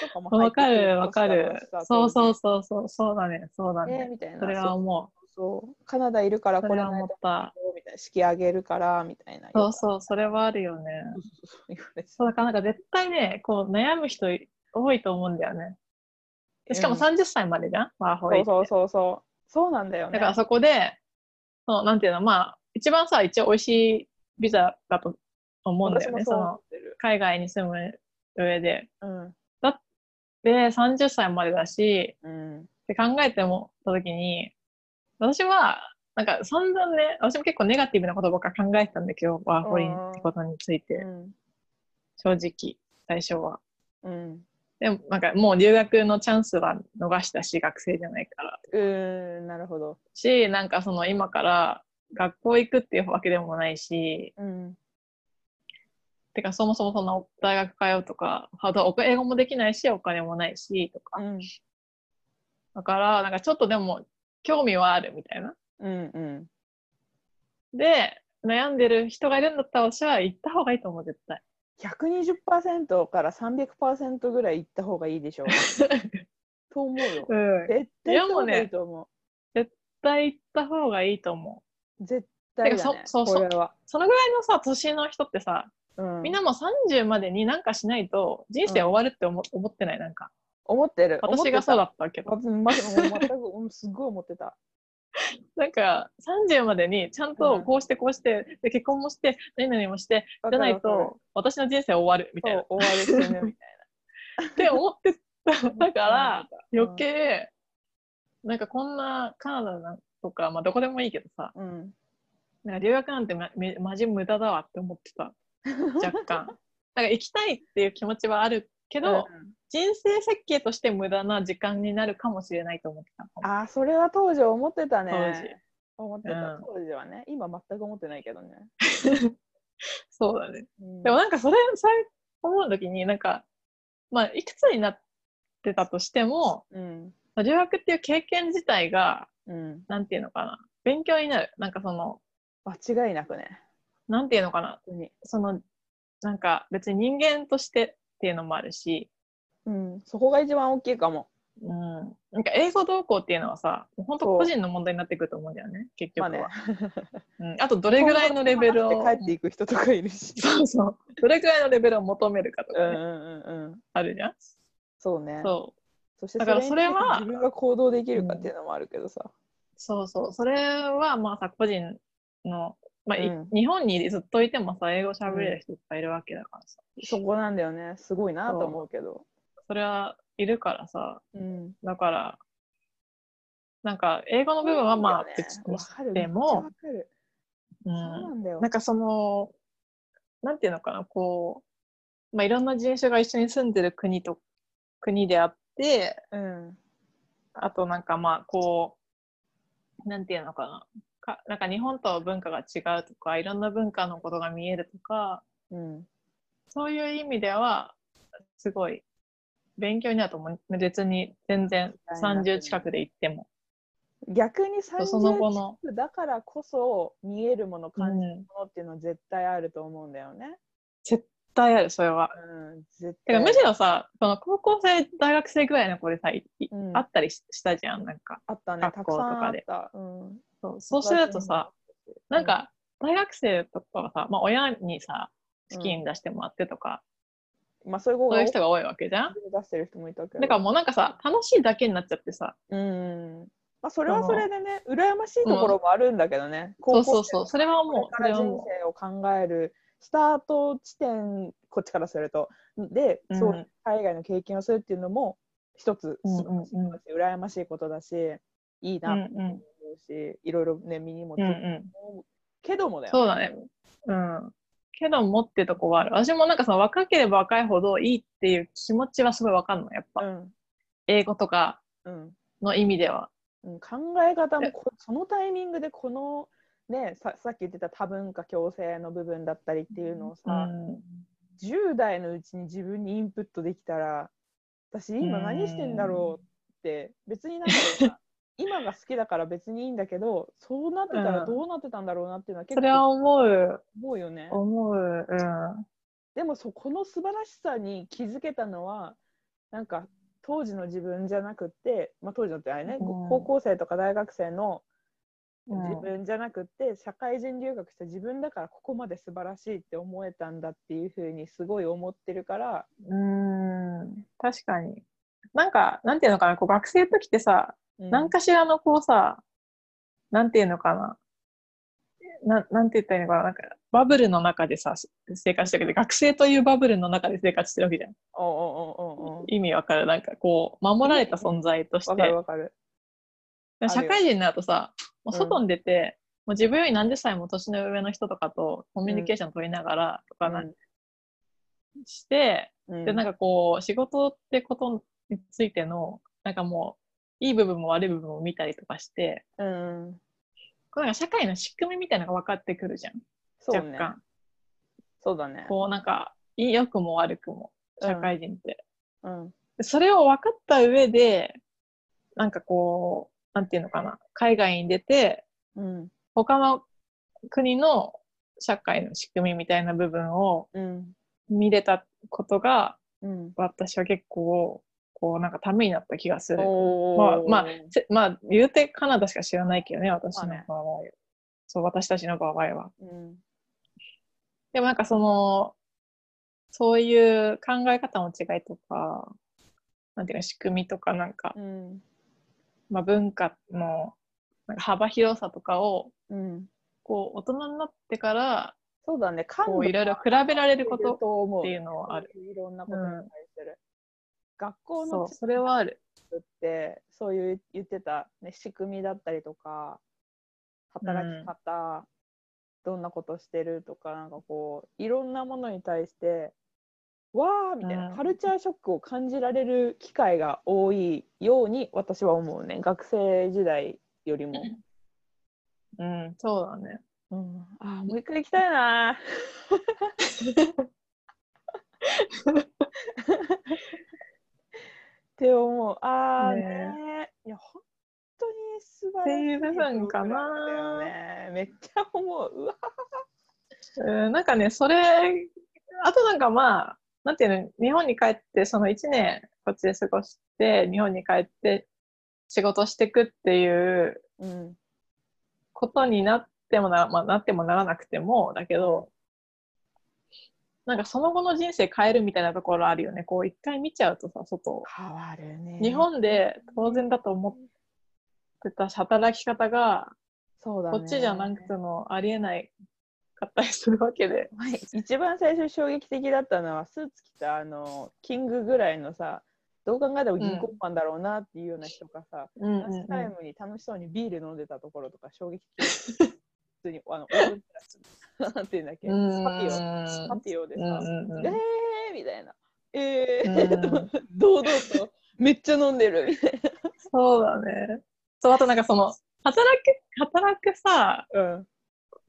Speaker 2: とかも
Speaker 1: うん。
Speaker 2: 入
Speaker 1: わ
Speaker 2: ってく
Speaker 1: か
Speaker 2: 年
Speaker 1: る
Speaker 2: だ
Speaker 1: わかる
Speaker 2: しさ。
Speaker 1: そう
Speaker 2: 当
Speaker 1: そうそうそう、そうだね、そうだ
Speaker 2: 時ね
Speaker 1: ね。
Speaker 2: みたいな
Speaker 1: それは思う。
Speaker 2: そうそうカナダいるから
Speaker 1: そ
Speaker 2: こ
Speaker 1: れ
Speaker 2: れ
Speaker 1: は
Speaker 2: ない
Speaker 1: 思
Speaker 2: と
Speaker 1: った。
Speaker 2: みたいな式あげるからみたいな
Speaker 1: そうそう、それはあるよね。
Speaker 2: 言われて
Speaker 1: そう、だからなんか絶対ね、こう悩む人多いと思うんだよね。しかも
Speaker 2: うん
Speaker 1: 30歳までじゃん、ワーホリっ
Speaker 2: そう
Speaker 1: て。
Speaker 2: そうそうそう。そうなんだよね。
Speaker 1: だからそこで、そうなんていうの、まあ、一番さ、一応美味しいビザだと思うんだよね。
Speaker 2: 私も
Speaker 1: そ
Speaker 2: そう思
Speaker 1: の
Speaker 2: ってる。
Speaker 1: 海外に住む上で。
Speaker 2: うん
Speaker 1: で、30歳までだし、
Speaker 2: うん
Speaker 1: って考えてもた時に、私は、なんか散々ね、私も結構ネガティブなことばっか考えてたんだけど、ワーホリってことについて、正直、最初は。
Speaker 2: うん
Speaker 1: でも、なんかもう留学のチャンスは逃したし、学生じゃないから。
Speaker 2: うんなるほど
Speaker 1: し、なんかその今から学校行くっていうわけでもないし、
Speaker 2: うん
Speaker 1: てかそもそもそんな大学通うとか、あと英語もできないし、お金もないし、とか
Speaker 2: う。ん
Speaker 1: だから、なんかちょっとでも興味はあるみたいな。
Speaker 2: うんうん
Speaker 1: で、悩んでる人がいるんだったら私は行った方がいいと思う、絶対。
Speaker 2: 120%から300%ぐらい行った方がいいでしょうと 思うよ
Speaker 1: うん。絶
Speaker 2: 絶対行った方がいいと思
Speaker 1: 対行った方がいいと思う。
Speaker 2: う絶対だ
Speaker 1: て
Speaker 2: ね
Speaker 1: かそそうそう
Speaker 2: これは
Speaker 1: そのぐらいのさ、年の人ってさ、
Speaker 2: うん
Speaker 1: みんなもう30までになんかしないと人生終わるって思,、思ってない、なんか。
Speaker 2: 思ってる
Speaker 1: 私がそうだ
Speaker 2: 思って
Speaker 1: ったけ
Speaker 2: た
Speaker 1: ど。
Speaker 2: うんま全くうんすごい思ってた
Speaker 1: なんか、30までにちゃんとこうしてこうして、で結婚もして、何々もして、じゃ
Speaker 2: わかる
Speaker 1: ない
Speaker 2: わか
Speaker 1: と私の人生終わるみたい
Speaker 2: るそ
Speaker 1: な。
Speaker 2: う終わる死ぬみたい
Speaker 1: って思って た。
Speaker 2: な
Speaker 1: だから、
Speaker 2: うん
Speaker 1: 余計、なんかこんなカナダなんとか、まあどこでもいいけどさ、
Speaker 2: うん
Speaker 1: なんか留学なんてま、めマジ無駄だわって思って た。若干。なんか行きたいっていう気持ちはある けど、
Speaker 2: うん
Speaker 1: 人生設計として無駄な時間になるかもしれないと思ってた。
Speaker 2: あーそれは当時思ってた
Speaker 1: 当時
Speaker 2: ね。思って
Speaker 1: う
Speaker 2: た
Speaker 1: ん
Speaker 2: 当時はね今全く思ってないけどね
Speaker 1: そうだね。
Speaker 2: うん
Speaker 1: でもなんかそれ、それ思うときに、なんか、まあいくつになってたとしても、
Speaker 2: うん
Speaker 1: まあ留学っていう経験自体が、
Speaker 2: うん
Speaker 1: なんていうのかな、勉強になる。なんかその、
Speaker 2: 間違いなくね
Speaker 1: なんていうのかな、
Speaker 2: 本当に
Speaker 1: その、なんか別に人間としてっていうのもあるし、
Speaker 2: うんそこが一番大きいかも
Speaker 1: うん、なんか英語動向っていうのはさ、本当
Speaker 2: そう
Speaker 1: 個人の問題になってくると思うんだよね、結
Speaker 2: ま
Speaker 1: 局
Speaker 2: あ
Speaker 1: は。
Speaker 2: ね
Speaker 1: うん、あとどれぐらいのレベルを
Speaker 2: 帰っていく人とかいるし
Speaker 1: そうそうどれぐらいのレベルを求めるかと
Speaker 2: うん
Speaker 1: か、
Speaker 2: う
Speaker 1: ね
Speaker 2: んうんうん
Speaker 1: あるじゃん
Speaker 2: そうね
Speaker 1: そう
Speaker 2: そして
Speaker 1: だからそれは
Speaker 2: に自分が行動できるかっていうのもあるけどさ
Speaker 1: そうそうそれはまあさ個人の、まあい
Speaker 2: うん
Speaker 1: 日本にずっといてもさ英語喋れる人いっぱいいるわけだからさ
Speaker 2: そこなんだよねすごいなと思うけど
Speaker 1: それはいるからさ
Speaker 2: うん
Speaker 1: だからなんか英語の部分はまあ別に
Speaker 2: わかる
Speaker 1: でも
Speaker 2: めっちゃわかる
Speaker 1: う
Speaker 2: そうんなんだよ
Speaker 1: なんかその、なんていうのかな、こう、まあ、いろんな人種が一緒に住んでる国と、国であって、
Speaker 2: うん
Speaker 1: あとなんかまあ、こう、なんていうのかな、かなんか日本とは文化が違うとか、いろんな文化のことが見えるとか、
Speaker 2: うん
Speaker 1: そういう意味では、すごい、勉強になると思う。別に全然30近くで行っても。
Speaker 2: 逆に30
Speaker 1: その後の
Speaker 2: 近くだからこそ見えるもの感じる
Speaker 1: うん
Speaker 2: ものっていうのは絶対あると思うんだよね。
Speaker 1: 絶対ある、それは。
Speaker 2: うん、絶
Speaker 1: て
Speaker 2: 対
Speaker 1: かむしろさ、その高校生、大学生ぐらいの子でさ、いい
Speaker 2: うん
Speaker 1: あったりししたじゃん、なんか。
Speaker 2: あったね、た
Speaker 1: 学
Speaker 2: く
Speaker 1: 校
Speaker 2: さ
Speaker 1: と
Speaker 2: んあ
Speaker 1: か
Speaker 2: っ
Speaker 1: で
Speaker 2: た。うん、
Speaker 1: そうそうするとさ、なんか、大学生とかはさ、まあ、親にさ、資金出してもらってとか、
Speaker 2: うん、まあそういう子
Speaker 1: そう
Speaker 2: が
Speaker 1: いう人が多いわけじゃん。
Speaker 2: 出してる人もいたけど。
Speaker 1: だからもうなんかさ、楽しいだけになっちゃってさ、
Speaker 2: うん。まあそれはそれでね、羨ましいところもあるんだけどね。
Speaker 1: そう
Speaker 2: 高
Speaker 1: そ
Speaker 2: 校
Speaker 1: うそう、
Speaker 2: 生
Speaker 1: それは
Speaker 2: これ
Speaker 1: もう、
Speaker 2: か
Speaker 1: それ
Speaker 2: ら
Speaker 1: は
Speaker 2: 人
Speaker 1: も
Speaker 2: 生を考えるスタート地点、こっちからすると。で、
Speaker 1: う、
Speaker 2: そううん海外の経験をするっていうのも一つ
Speaker 1: うん
Speaker 2: 素晴らしいことだし、羨ましいことだし、いい
Speaker 1: うん
Speaker 2: なと
Speaker 1: うん
Speaker 2: 思うし、いろいろね、身にもつ
Speaker 1: うん
Speaker 2: く
Speaker 1: う
Speaker 2: 思うけども
Speaker 1: ん、
Speaker 2: だよ、
Speaker 1: そうだね。うん。けどもってとこはある。私もなんかその若ければ若いほどいいっていう気持ちはすごいわかんの、やっぱ。英語とか
Speaker 2: うんうん
Speaker 1: の意味では。
Speaker 2: うん、考え方もこそのタイミングでこの、ね、ささっき言ってた多文化共生の部分だったりっていうのをさ、
Speaker 1: うん
Speaker 2: 10代のうちに自分にインプットできたら私今何してんだろうって別になんだろうな 今が好きだから別にいいんだけどそうなってた
Speaker 1: う
Speaker 2: ら
Speaker 1: ん
Speaker 2: どうなってたんだろうなっていうのは結
Speaker 1: それは
Speaker 2: 構
Speaker 1: 思う、
Speaker 2: 思うよね。
Speaker 1: 思う、うん。
Speaker 2: でもそこの素晴らしさに気づけたのはなんか当時の自分じゃなくって、まあ、当時のってあれね、
Speaker 1: うん
Speaker 2: 高校生とか大学生の
Speaker 1: うん
Speaker 2: 自分じゃなくって、社会人留学した自分だからここまで素晴らしいって思えたんだっていうふうにすごい思ってるから、
Speaker 1: うーん、確かに。なんか、なんていうのかな、こう学生の時ってさ、
Speaker 2: う
Speaker 1: 何かしらのこうさ、なんていうのかな、ななんて言ったらいいのかな、なんか、バブルの中でさ、生活してるけど、学生というバブルの中で生活してるわけじゃん。
Speaker 2: おおおおお
Speaker 1: 意味わかる。なんかこう、守られた存在とし
Speaker 2: わかる
Speaker 1: て。
Speaker 2: わかる。
Speaker 1: 社会人になるとさ、もう
Speaker 2: うん
Speaker 1: 外に出て、もう自分より何十歳も年の上の人とかとコミュニケーション取りながらとかなんして、で、なん
Speaker 2: か、
Speaker 1: かこう、仕事ってことについての、なんかもう、いい部分も悪い部分も見たりとかして、
Speaker 2: うん、
Speaker 1: こうなんか社会の仕組みみたいなのが分かってくるじゃん。
Speaker 2: そう
Speaker 1: 若
Speaker 2: ね。
Speaker 1: 干。
Speaker 2: そうだね。
Speaker 1: こうなんか、いい良くも悪くも、社会人って。
Speaker 2: うん、
Speaker 1: でそれを分かった上で、なんかこう、なんていうのかな、海外に出て、
Speaker 2: うん、
Speaker 1: 他の国の社会の仕組みみたいな部分を
Speaker 2: うん、
Speaker 1: 見れたことが、
Speaker 2: うん。
Speaker 1: 私は結構、こうなんかためになった気がする。
Speaker 2: おー
Speaker 1: まあまあせまあ、言うてカナダしか知らないけどね、私の場合は。そう、私たちの場合は。
Speaker 2: うん、
Speaker 1: でもなんかその、そういう考え方の違いとか、なんていうか仕組みとかなんか、
Speaker 2: うん、
Speaker 1: まあ、文化のなんか幅広さとかを、
Speaker 2: うん。
Speaker 1: こう、大人になってから、
Speaker 2: そうだね。感
Speaker 1: こう、いろいろ比べられることっていうのはある。
Speaker 2: いろんなことに対する。学校
Speaker 1: そ
Speaker 2: の
Speaker 1: う、それはある。
Speaker 2: ってそういう言ってた、ね、仕組みだったりとか働き方、どんなことしてるとかなんかこういろんなものに対してわーみたいな、
Speaker 1: うん
Speaker 2: カルチャーショックを感じられる機会が多いように私は思うね学生時代よりも。
Speaker 1: うん、そうだね。
Speaker 2: うん、あーもう一回行きたいなーって思うあーね
Speaker 1: ね
Speaker 2: ーいや本当に素晴
Speaker 1: っていう
Speaker 2: ら
Speaker 1: 部
Speaker 2: しい
Speaker 1: 分かな
Speaker 2: プログラムだよねめっちゃ思ううわ
Speaker 1: うん、なんかね、それ、あとなんかまあ、なんていうの、日本に帰って、その1年こっちで過ごして、日本に帰って仕事してくっていう
Speaker 2: うん
Speaker 1: ことになってもな、まあ、なってもならなくても、だけど、なんかその後の人生変えるみたいなところあるよね。こう一回見ちゃうとさ、外を。
Speaker 2: 変わるね
Speaker 1: 日本で当然だと思ってた働き方が、
Speaker 2: そうだ、ね、
Speaker 1: こっちじゃなくてもありえないかったりするわけで。
Speaker 2: 一番最初衝撃的だったのはスーツ着たあのキングぐらいのさどう考えても銀行マンだろうなっていうような人がさ、
Speaker 1: うんうん
Speaker 2: ランチタイ
Speaker 1: う
Speaker 2: ムに楽しそうにビール飲んでたところとか衝撃的普通にあのオーブンテラスなんていうんだっけ
Speaker 1: ん。
Speaker 2: スパティ
Speaker 1: うん
Speaker 2: オスパティオでさ、
Speaker 1: うんうん
Speaker 2: え
Speaker 1: うん
Speaker 2: ーみたいなえ
Speaker 1: う
Speaker 2: ー
Speaker 1: ん
Speaker 2: 堂々とめっちゃ飲んでるみたい
Speaker 1: そうだね。そう、あとなんかその、働く、働くさ、
Speaker 2: な、うん、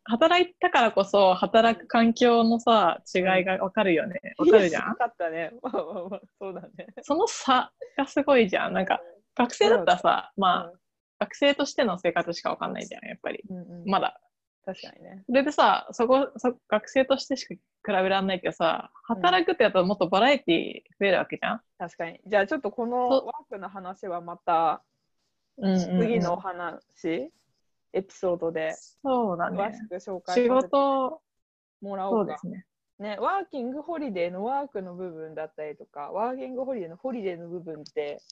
Speaker 1: 働いたからこそ、働く環境のさ、違いがわかるよね。わかるじゃ
Speaker 2: いや
Speaker 1: ん
Speaker 2: よかったねまあまあまあそうだね
Speaker 1: その差がすごいじゃん。なんか、学生だったらさ、まあ、学生としての生活しかわかんないじゃん、やっぱり。
Speaker 2: うんうん
Speaker 1: まだ。
Speaker 2: 確かにね
Speaker 1: それでさ、そこ、そ学生としてしか比べられないけどさ、働くってやったらもっとバラエティ増えるわけじゃん。
Speaker 2: 確かにじゃあちょっとこの
Speaker 1: そう
Speaker 2: ワークの話はまた
Speaker 1: うんうんうん
Speaker 2: 次のお話、エピソードで
Speaker 1: そうだ
Speaker 2: 詳
Speaker 1: ね
Speaker 2: し。く紹
Speaker 1: 仕
Speaker 2: 介させて
Speaker 1: 事、
Speaker 2: もらお
Speaker 1: そうう
Speaker 2: か
Speaker 1: ですね。
Speaker 2: ね、ワーキングホリデーのワークの部分だったりとか、ワーキングホリデーのホリデーの部分って、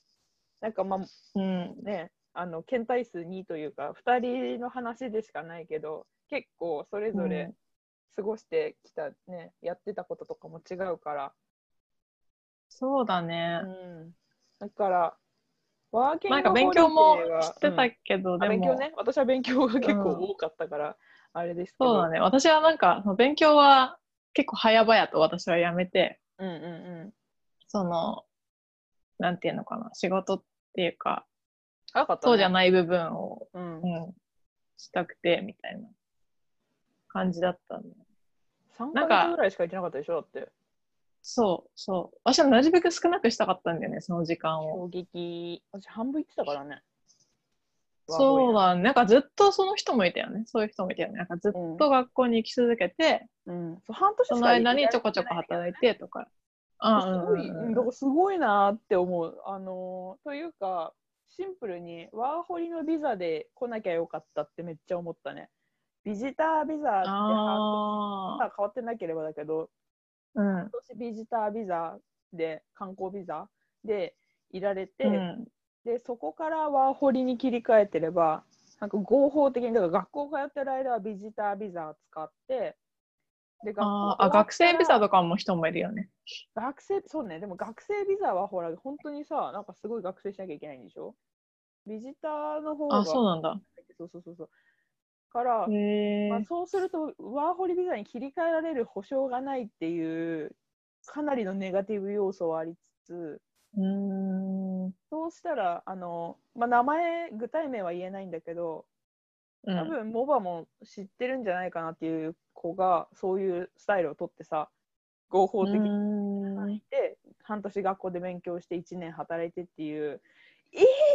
Speaker 2: なんかまあ
Speaker 1: うん。
Speaker 2: ね、あの、検体数2というか、2人の話でしかないけど、結構それぞれ過ごしてきたね、やってたこととかも違うから、
Speaker 1: そうだね。
Speaker 2: うん。だから、ワーキング
Speaker 1: なんか
Speaker 2: ホリ
Speaker 1: 勉
Speaker 2: デーは
Speaker 1: 強もしてたけど、
Speaker 2: うんあ
Speaker 1: で
Speaker 2: 勉
Speaker 1: も、
Speaker 2: 強ね、私は勉強が結構多かったから、あれですけど。
Speaker 1: そうだね。私はなんか、その勉強は結構早々と私はやめて、
Speaker 2: うんうんうん。
Speaker 1: その、なんていうのかな、仕事っていうか、
Speaker 2: 早かった、ね。
Speaker 1: そうじゃ
Speaker 2: ない。
Speaker 1: ない部分を、
Speaker 2: うん
Speaker 1: う。ん、したくて、みたいな感じだったね。
Speaker 2: 3
Speaker 1: なん
Speaker 2: ヶ
Speaker 1: か
Speaker 2: 月ぐらいしか行ってなかったでしょ、だって。
Speaker 1: そう、そう。私はなるべく少なくしたかったんだよね、その時間を。
Speaker 2: 衝撃私半分行ってたからね
Speaker 1: そう
Speaker 2: だ
Speaker 1: だね。なんかずっとその人もいたよね。そういう人もいたよね。なんかずっ
Speaker 2: うん
Speaker 1: と学校に行き続けて、
Speaker 2: うんそう半年しか
Speaker 1: その間にちょこちょ
Speaker 2: 行
Speaker 1: こ
Speaker 2: ってない
Speaker 1: 働いてとか。あ
Speaker 2: すごい、うん、だからすごいなーって思うあのーというかシンプルにワーホリのビザで来なきゃよかったってめっちゃ思ったねビジタービザって半
Speaker 1: あ
Speaker 2: 年
Speaker 1: あ
Speaker 2: まあ変わってなければだけど
Speaker 1: ー、うん。
Speaker 2: 今年ビジタービザで観光ビザでいられて、
Speaker 1: うん、
Speaker 2: でそこからワーホリに切り替えてればなんか合法的にだから学校通ってる間はビジタービザ使ってで学校
Speaker 1: あー
Speaker 2: 終わ
Speaker 1: あ
Speaker 2: ったら
Speaker 1: 学生ビザとかも人もいるよね。
Speaker 2: 学生そうねでも学生ビザはほら本当にさなんかすごい学生しなきゃいけないんでしょビジターの方が
Speaker 1: あそうなんだ。
Speaker 2: そうそうそうそうから、
Speaker 1: へえ
Speaker 2: まあ、そうするとワーホリビザに切り替えられる保証がないっていうかなりのネガティブ要素はありつつ
Speaker 1: うーん。
Speaker 2: そうしたらあの、まあ、名前具体名は言えないんだけど
Speaker 1: う
Speaker 2: 多
Speaker 1: ん
Speaker 2: 分モバも知ってるんじゃないかなっていう子がそういうスタイルを取ってさ合法的に働いて、半年学校で勉強して1年働いてっていう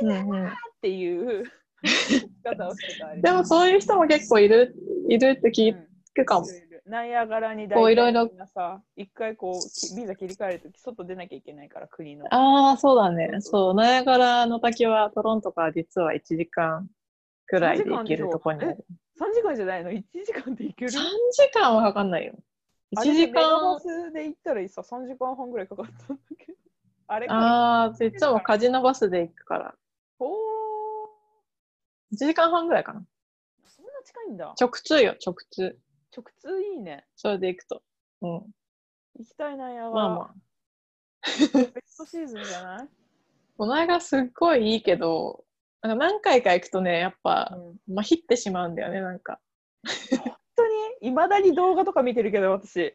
Speaker 1: うんうん
Speaker 2: っていう生き方をしてたり
Speaker 1: でもそういう人も結構いるいるって聞
Speaker 2: うん
Speaker 1: くかも。
Speaker 2: いろいろナイアガラに
Speaker 1: こういろいろ
Speaker 2: みんなさ一回こうきビザ切り替えるとき外出なきゃいけないから国の
Speaker 1: ああ、そうだね。そう、ナイアガラの滝はトロントから実は1時間くらいで行けるとこにある。
Speaker 2: 3時間じゃないの1時間で行ける
Speaker 1: 3時間はかかんないよ。1時
Speaker 2: あれメガバ
Speaker 1: 間。
Speaker 2: スで行ったらさ3時間半ぐらいかかったんだけどあれか
Speaker 1: ああ、いつもカジノバスで行くから。
Speaker 2: ほー
Speaker 1: 1時間半ぐらいかな。
Speaker 2: そんな近いんだ
Speaker 1: 直通よ、直通。
Speaker 2: 直通いいね
Speaker 1: それで行くと。う
Speaker 2: 行きたいナイアガラ
Speaker 1: ん。まあまあ。
Speaker 2: ベストシーズンじゃない、
Speaker 1: この間すっごいいいけど、なんか何回か行くとね、やっぱ、
Speaker 2: 本
Speaker 1: まひってしまうんだよね、なんか。
Speaker 2: 当にいまだに動画とか見てるけど私家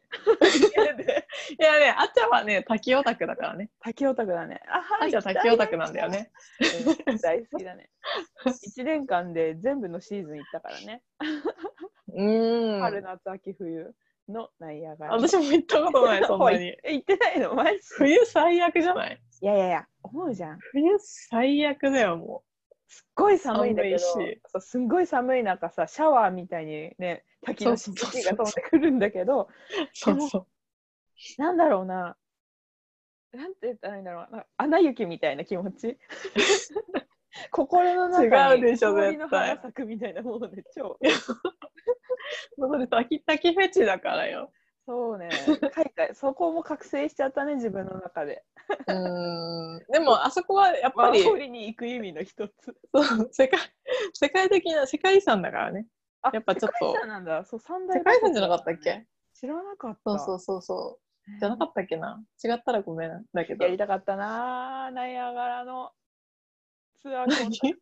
Speaker 2: で
Speaker 1: いやね、あっちゃんはね、滝オタクだからね。
Speaker 2: 滝オタクだねあは
Speaker 1: あっちゃん滝オタクなんだよね。
Speaker 2: うん大好きだね。1年間で全部のシーズン行ったからね。
Speaker 1: うーん。
Speaker 2: 春、夏、秋、冬のナイアガラ。
Speaker 1: 私も行ったこと ない、そんなに。
Speaker 2: え行ってないのマジ
Speaker 1: 冬最悪じゃない
Speaker 2: いやいやいや、思うじゃん。すっ
Speaker 1: 冬最悪だよ、も
Speaker 2: ごい寒いんだけど、
Speaker 1: 寒いし
Speaker 2: そうすんごい寒い中さ、シャワーみたいにね、滝の
Speaker 1: そう
Speaker 2: 湿
Speaker 1: そうそう
Speaker 2: 気が飛んでくるんだけど、
Speaker 1: う。そうそう。
Speaker 2: なんだろうな。なんて言ったらいいんだろうな。アナ雪みたいな気持ち。 心の中
Speaker 1: 違う
Speaker 2: に
Speaker 1: でしょ
Speaker 2: 氷の花
Speaker 1: 絶対
Speaker 2: 咲くみたいなもので超
Speaker 1: それ滝、滝フェチだからよ。
Speaker 2: そうね、 海外、そこも覚醒しちゃったね、自分の中で。
Speaker 1: うーん。でも、あそこはやっ
Speaker 2: ワ
Speaker 1: ぱり
Speaker 2: ー、ホリに行く意味の一つ。
Speaker 1: そう世界、世界的な、世界遺産だからね。
Speaker 2: あ
Speaker 1: やっぱちょっと
Speaker 2: 世界遺産なんだ。そう、三大。
Speaker 1: 世界遺産じゃなかったっけ
Speaker 2: 知らなかった。
Speaker 1: そうそうそうそう。じゃなかったっけな違ったらごめんだけど
Speaker 2: や。りたかったなー、ナイアガラのツアーコン タクト
Speaker 1: 何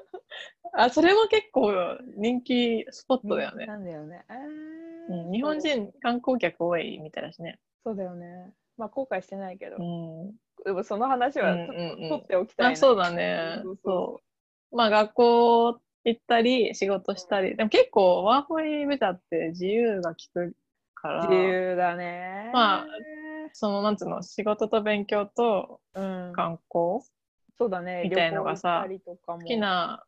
Speaker 1: あ、それも結構人気スポットだよね。
Speaker 2: なんだよね。えー
Speaker 1: うん、日本
Speaker 2: そう
Speaker 1: 人観光客多いみたいだしね。
Speaker 2: そうだよね。まあ、後悔してないけど
Speaker 1: う、ん。うん
Speaker 2: でもその話
Speaker 1: う
Speaker 2: はちょっと
Speaker 1: んう
Speaker 2: 取
Speaker 1: ん
Speaker 2: っ。ておきたいな、
Speaker 1: あ、そうだね
Speaker 2: そうそう。そ
Speaker 1: そう。まあ学校行ったり、仕事したり。でも結構ワーホリビザって自由が利くから
Speaker 2: 自、由だね。
Speaker 1: まそのなんつうの、仕事と勉強と
Speaker 2: あ、うん。
Speaker 1: 観光、
Speaker 2: そうだね。
Speaker 1: みたいのがさ
Speaker 2: 旅行行ったりとかも
Speaker 1: 好きな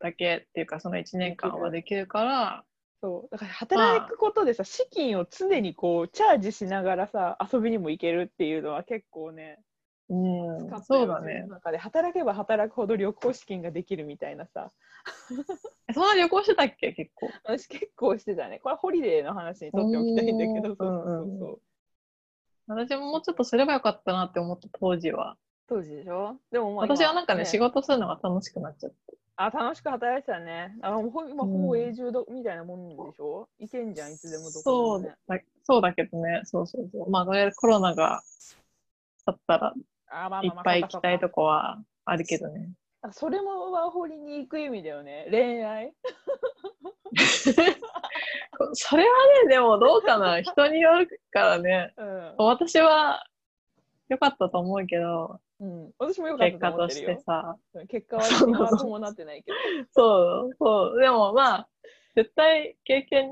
Speaker 1: だけっていうか、その1年間はできるから、
Speaker 2: そうだから働くことでさ、資金を常にこうチャージしながらさ遊びにも行けるっていうのは結構ね、
Speaker 1: うん
Speaker 2: 使っ、たよ
Speaker 1: そうだ
Speaker 2: 自
Speaker 1: ね
Speaker 2: 分の。中で働けば働くほど旅行資金ができるみたいなさ
Speaker 1: えそんな旅行してたっけ結構。
Speaker 2: 私結構してたねこれホリデーの話にとっておきたいんだけ
Speaker 1: おー
Speaker 2: どそうそう
Speaker 1: うん
Speaker 2: そううんそう、
Speaker 1: 私ももうちょっとすればよかったなって思った当時は。
Speaker 2: 当時でしょでももう今
Speaker 1: 私はなんかね、仕事するのが楽しくなっちゃって。
Speaker 2: あ楽しく働いてたねあもうほ今
Speaker 1: うん
Speaker 2: ほぼ永住どみたいなもんでしょ行けんじゃんいつでもど
Speaker 1: そ
Speaker 2: こ
Speaker 1: う
Speaker 2: でも、
Speaker 1: だ
Speaker 2: ね、
Speaker 1: そうだけどね、そうそうそう。まあ、とりあえずコロナが去ったら、
Speaker 2: あまあ
Speaker 1: いっ
Speaker 2: まあまあ
Speaker 1: ぱい行きたい
Speaker 2: そ
Speaker 1: と
Speaker 2: うか
Speaker 1: こはあるけどね。
Speaker 2: そうかそれもワーホリに行く意味だよね恋愛
Speaker 1: それはね、でもどうかな。人によるからね。
Speaker 2: うん
Speaker 1: 私は良かったと思うけど、
Speaker 2: うん、私もよかっ
Speaker 1: 結
Speaker 2: た
Speaker 1: 果
Speaker 2: と思っ
Speaker 1: とし
Speaker 2: てる
Speaker 1: て
Speaker 2: よ。
Speaker 1: さ。
Speaker 2: 結果は
Speaker 1: そう
Speaker 2: 今は伴ってないけど。
Speaker 1: そう、そう。でもまあ、絶対経験、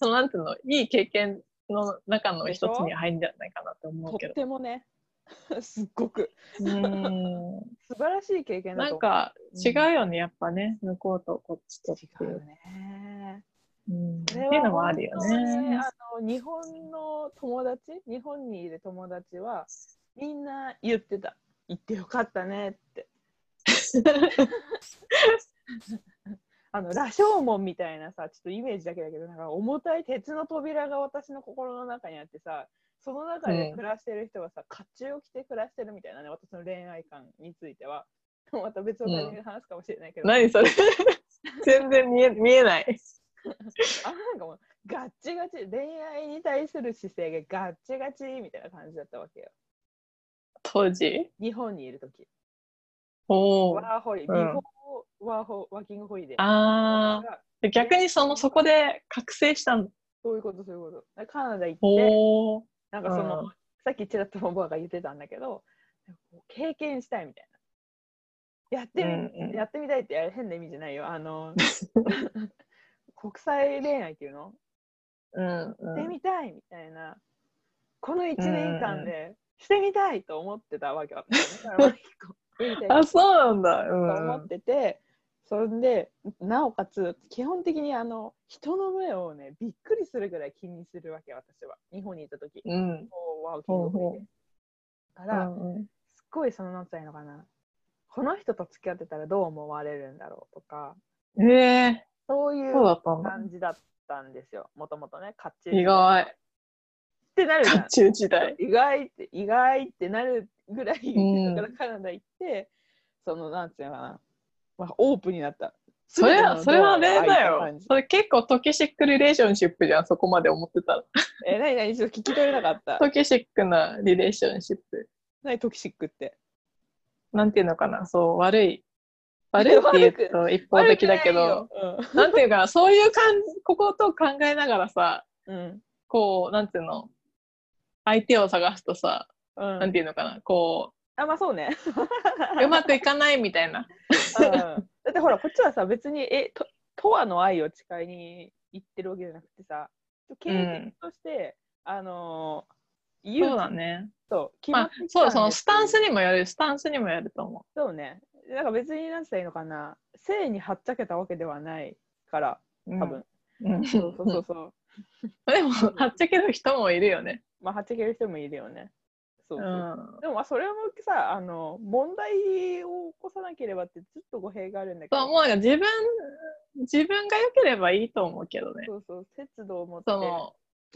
Speaker 1: そのなんていうの、いい経験の中の一つには入るんじゃないかなって思うけ
Speaker 2: とっ
Speaker 1: ど。
Speaker 2: てもね、 すっごく
Speaker 1: うーん。
Speaker 2: 素晴らしい経験だ
Speaker 1: なん
Speaker 2: と思う。
Speaker 1: か違うよね、やっぱね、向こうとこっちとってい
Speaker 2: 違う
Speaker 1: う。
Speaker 2: ね。
Speaker 1: うん、っ
Speaker 2: そ
Speaker 1: てい
Speaker 2: れ
Speaker 1: う
Speaker 2: は
Speaker 1: のもあるよ
Speaker 2: 本当に
Speaker 1: ね。
Speaker 2: あの日本の友達、日本にいる友達はみんな言ってた。行ってよかったねって。 あの羅生門みたいなさ、ちょっとイメージだけだけど、なんか重たい鉄の扉が私の心の中にあってさ、その中で暮らしてる人はさ、甲冑を着て暮らしてるみたいなね、私の恋愛観については、 また別のタイミングで話すかもしれないけど、
Speaker 1: 何それ全然見え見えない。
Speaker 2: あなんかもうガッチガチ恋愛に対する姿勢がガッチガチみたいな感じだったわけよ
Speaker 1: 当時
Speaker 2: 日本にいる時
Speaker 1: おお
Speaker 2: ワーホリ、ビフォーワーホワーキングホリデー
Speaker 1: あ
Speaker 2: だから
Speaker 1: ー逆にそのそこで覚醒したの
Speaker 2: そういうことそういうことだからカナダ行って
Speaker 1: おお
Speaker 2: なんかその、
Speaker 1: うん
Speaker 2: さっきちらっとボバが言ってたんだけどこう経験したいみたいなやってみ、やってみたいってあれ変な意味じゃないよあ の 国際恋愛っていうの
Speaker 1: うん
Speaker 2: し
Speaker 1: う
Speaker 2: て
Speaker 1: ん
Speaker 2: みたいみたいな、この1年間でしてみたいと思ってたわけだったよね。だから まあ一個やりたい
Speaker 1: あそうなんだう
Speaker 2: と思ってて、そんでなおかつ基本的にあの人の目をねびっくりするぐらい気にするわけ私は日本にいた時
Speaker 1: んうん
Speaker 2: こうワオキングホリデーだから、
Speaker 1: うんうん
Speaker 2: すっごいそのなんつうのかなこの人と付き合ってたらどう思われるんだろうとか
Speaker 1: え
Speaker 2: そうい
Speaker 1: ー、
Speaker 2: う
Speaker 1: そうだったんだ
Speaker 2: 感じだったんですよもともとねかっちり
Speaker 1: 意外
Speaker 2: ってなるじゃん
Speaker 1: 甲冑時代
Speaker 2: 意外って意外ってなるぐらい、
Speaker 1: うん
Speaker 2: だからカナダ行ってそのなんていうのかな、まあ、オープンになった
Speaker 1: それはそれはあれだ
Speaker 2: 全てのドアが開いた
Speaker 1: よ
Speaker 2: 感じ
Speaker 1: それ結構トキシックリレーションシップじゃんそこまで思ってたら
Speaker 2: え何何ちょっと聞き取れなかった
Speaker 1: トキシックなリレーションシップ
Speaker 2: 何トキシックって
Speaker 1: なんていうのかなそう悪い悪いって言うと一方的だけど、
Speaker 2: 悪く
Speaker 1: なんていうかそういう感じここと考えながらさ
Speaker 2: ないよ
Speaker 1: こうなんていうの相手を探すとさ、
Speaker 2: うんうん
Speaker 1: なんていうのかなこ
Speaker 2: あまあそ うね、
Speaker 1: ううまくいかないみたいな
Speaker 2: うんだってほらこっちはさ別にえととわの愛を誓いに行ってるわけじゃなくてさ経験として、あのー言
Speaker 1: そうだ
Speaker 2: ね
Speaker 1: ね
Speaker 2: と決
Speaker 1: ま
Speaker 2: まっ
Speaker 1: あ
Speaker 2: てきたんです
Speaker 1: そうそのスタンスにもよるスタンスにもよると思
Speaker 2: そうね。なんか別になんて言ったらいいのかな。性にはっちゃけたわけではないから、
Speaker 1: う
Speaker 2: 多分。
Speaker 1: うんうん
Speaker 2: そうそうそうそう。
Speaker 1: でもはっちゃける人もいるよね
Speaker 2: まあ、はっちゃける人もいるよね。そう
Speaker 1: う
Speaker 2: そう。
Speaker 1: ん
Speaker 2: でもまあそれもさ、あの、問題を起こさなければってずっと語弊があるんだけ
Speaker 1: そ
Speaker 2: ど、
Speaker 1: うもうなんか自分自分が良ければいいと思うけどね
Speaker 2: そうそう、節度を持って、
Speaker 1: そ
Speaker 2: ち
Speaker 1: の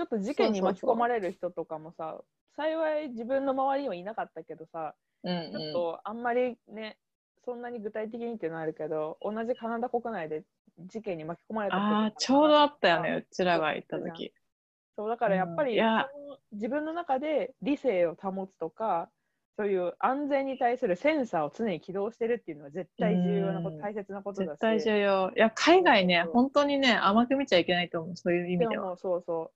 Speaker 2: ょっと事件に
Speaker 1: そうそう
Speaker 2: 巻き
Speaker 1: そう
Speaker 2: 込まれる人とかもさ、幸い自分の周りにはいなかったけどさ、
Speaker 1: うん
Speaker 2: ちょっ
Speaker 1: うん
Speaker 2: とあんまりね、そんなに具体的にっていうのはあるけど、同じカナダ国内で事件に巻き込まれた人とか
Speaker 1: ああちょうどあったよねうちらが行った時
Speaker 2: そうだからやっぱ
Speaker 1: うん
Speaker 2: り、
Speaker 1: いや
Speaker 2: その自分の中で理性を保つとかそういう安全に対するセンサーを常に起動してるっていうのは絶対重要なこと
Speaker 1: うん
Speaker 2: 大切なことだし
Speaker 1: 絶対重要いや海外ね
Speaker 2: そうそう
Speaker 1: 本当にね甘く見ちゃいけないと思うそういう意味で
Speaker 2: で
Speaker 1: は
Speaker 2: もそうそ